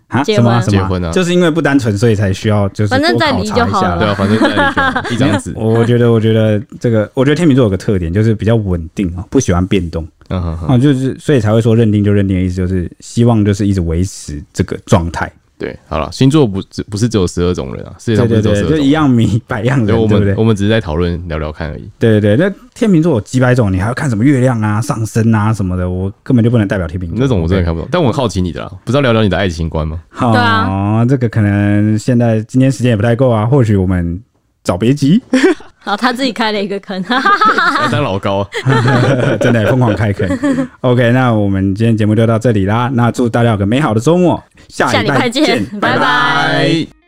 [SPEAKER 1] 啊，
[SPEAKER 2] 结
[SPEAKER 1] 什么啊
[SPEAKER 2] 婚
[SPEAKER 1] 什么
[SPEAKER 3] 结婚啊
[SPEAKER 1] 就是因为不单纯，所以才需要就是
[SPEAKER 2] 反正
[SPEAKER 1] 多
[SPEAKER 2] 再
[SPEAKER 1] 考
[SPEAKER 2] 离
[SPEAKER 1] 察
[SPEAKER 2] 就
[SPEAKER 1] 一
[SPEAKER 2] 好
[SPEAKER 1] 下，
[SPEAKER 2] 了
[SPEAKER 3] 对啊，反正在一张纸
[SPEAKER 1] 我觉得，我觉得这个，我觉得天秤座有个特点，就是比较稳定啊，不喜欢变动
[SPEAKER 3] 嗯哼哼，
[SPEAKER 1] 啊，就是所以才会说认定就认定的意思，就是希望就是一直维持这个状态。
[SPEAKER 3] 对，好了，星座不只不是只有十二种人啊，世
[SPEAKER 1] 对
[SPEAKER 3] 界上不
[SPEAKER 1] 对
[SPEAKER 3] 是只有十
[SPEAKER 1] 对，
[SPEAKER 3] 二
[SPEAKER 1] 就
[SPEAKER 3] 种
[SPEAKER 1] 一
[SPEAKER 3] 人。
[SPEAKER 1] 样米百样人，
[SPEAKER 3] 对，我
[SPEAKER 1] 对不对
[SPEAKER 3] 们我？们只是在讨论聊聊看而已。
[SPEAKER 1] 对对对，那天秤座有几百种，你还要看什么月亮啊、上升啊什么的，我根本就不能代表天秤座。
[SPEAKER 3] 那种我真的看不懂，但我很好奇你的啦，不知道聊聊你的爱情观吗？
[SPEAKER 1] 好、
[SPEAKER 2] 对啊
[SPEAKER 1] 哦这个可能现在今天时间也不太够啊，或许我们找别急，
[SPEAKER 2] 好，他自己开了一个坑，哈哈
[SPEAKER 3] 要当老高， 啊
[SPEAKER 1] 真的疯狂开 坑。OK，那我们今天节目就到这里啦，那祝大家有个美好的周末，下
[SPEAKER 2] 下
[SPEAKER 1] 礼
[SPEAKER 2] 礼拜
[SPEAKER 1] 拜见
[SPEAKER 2] 见，拜拜
[SPEAKER 3] 拜。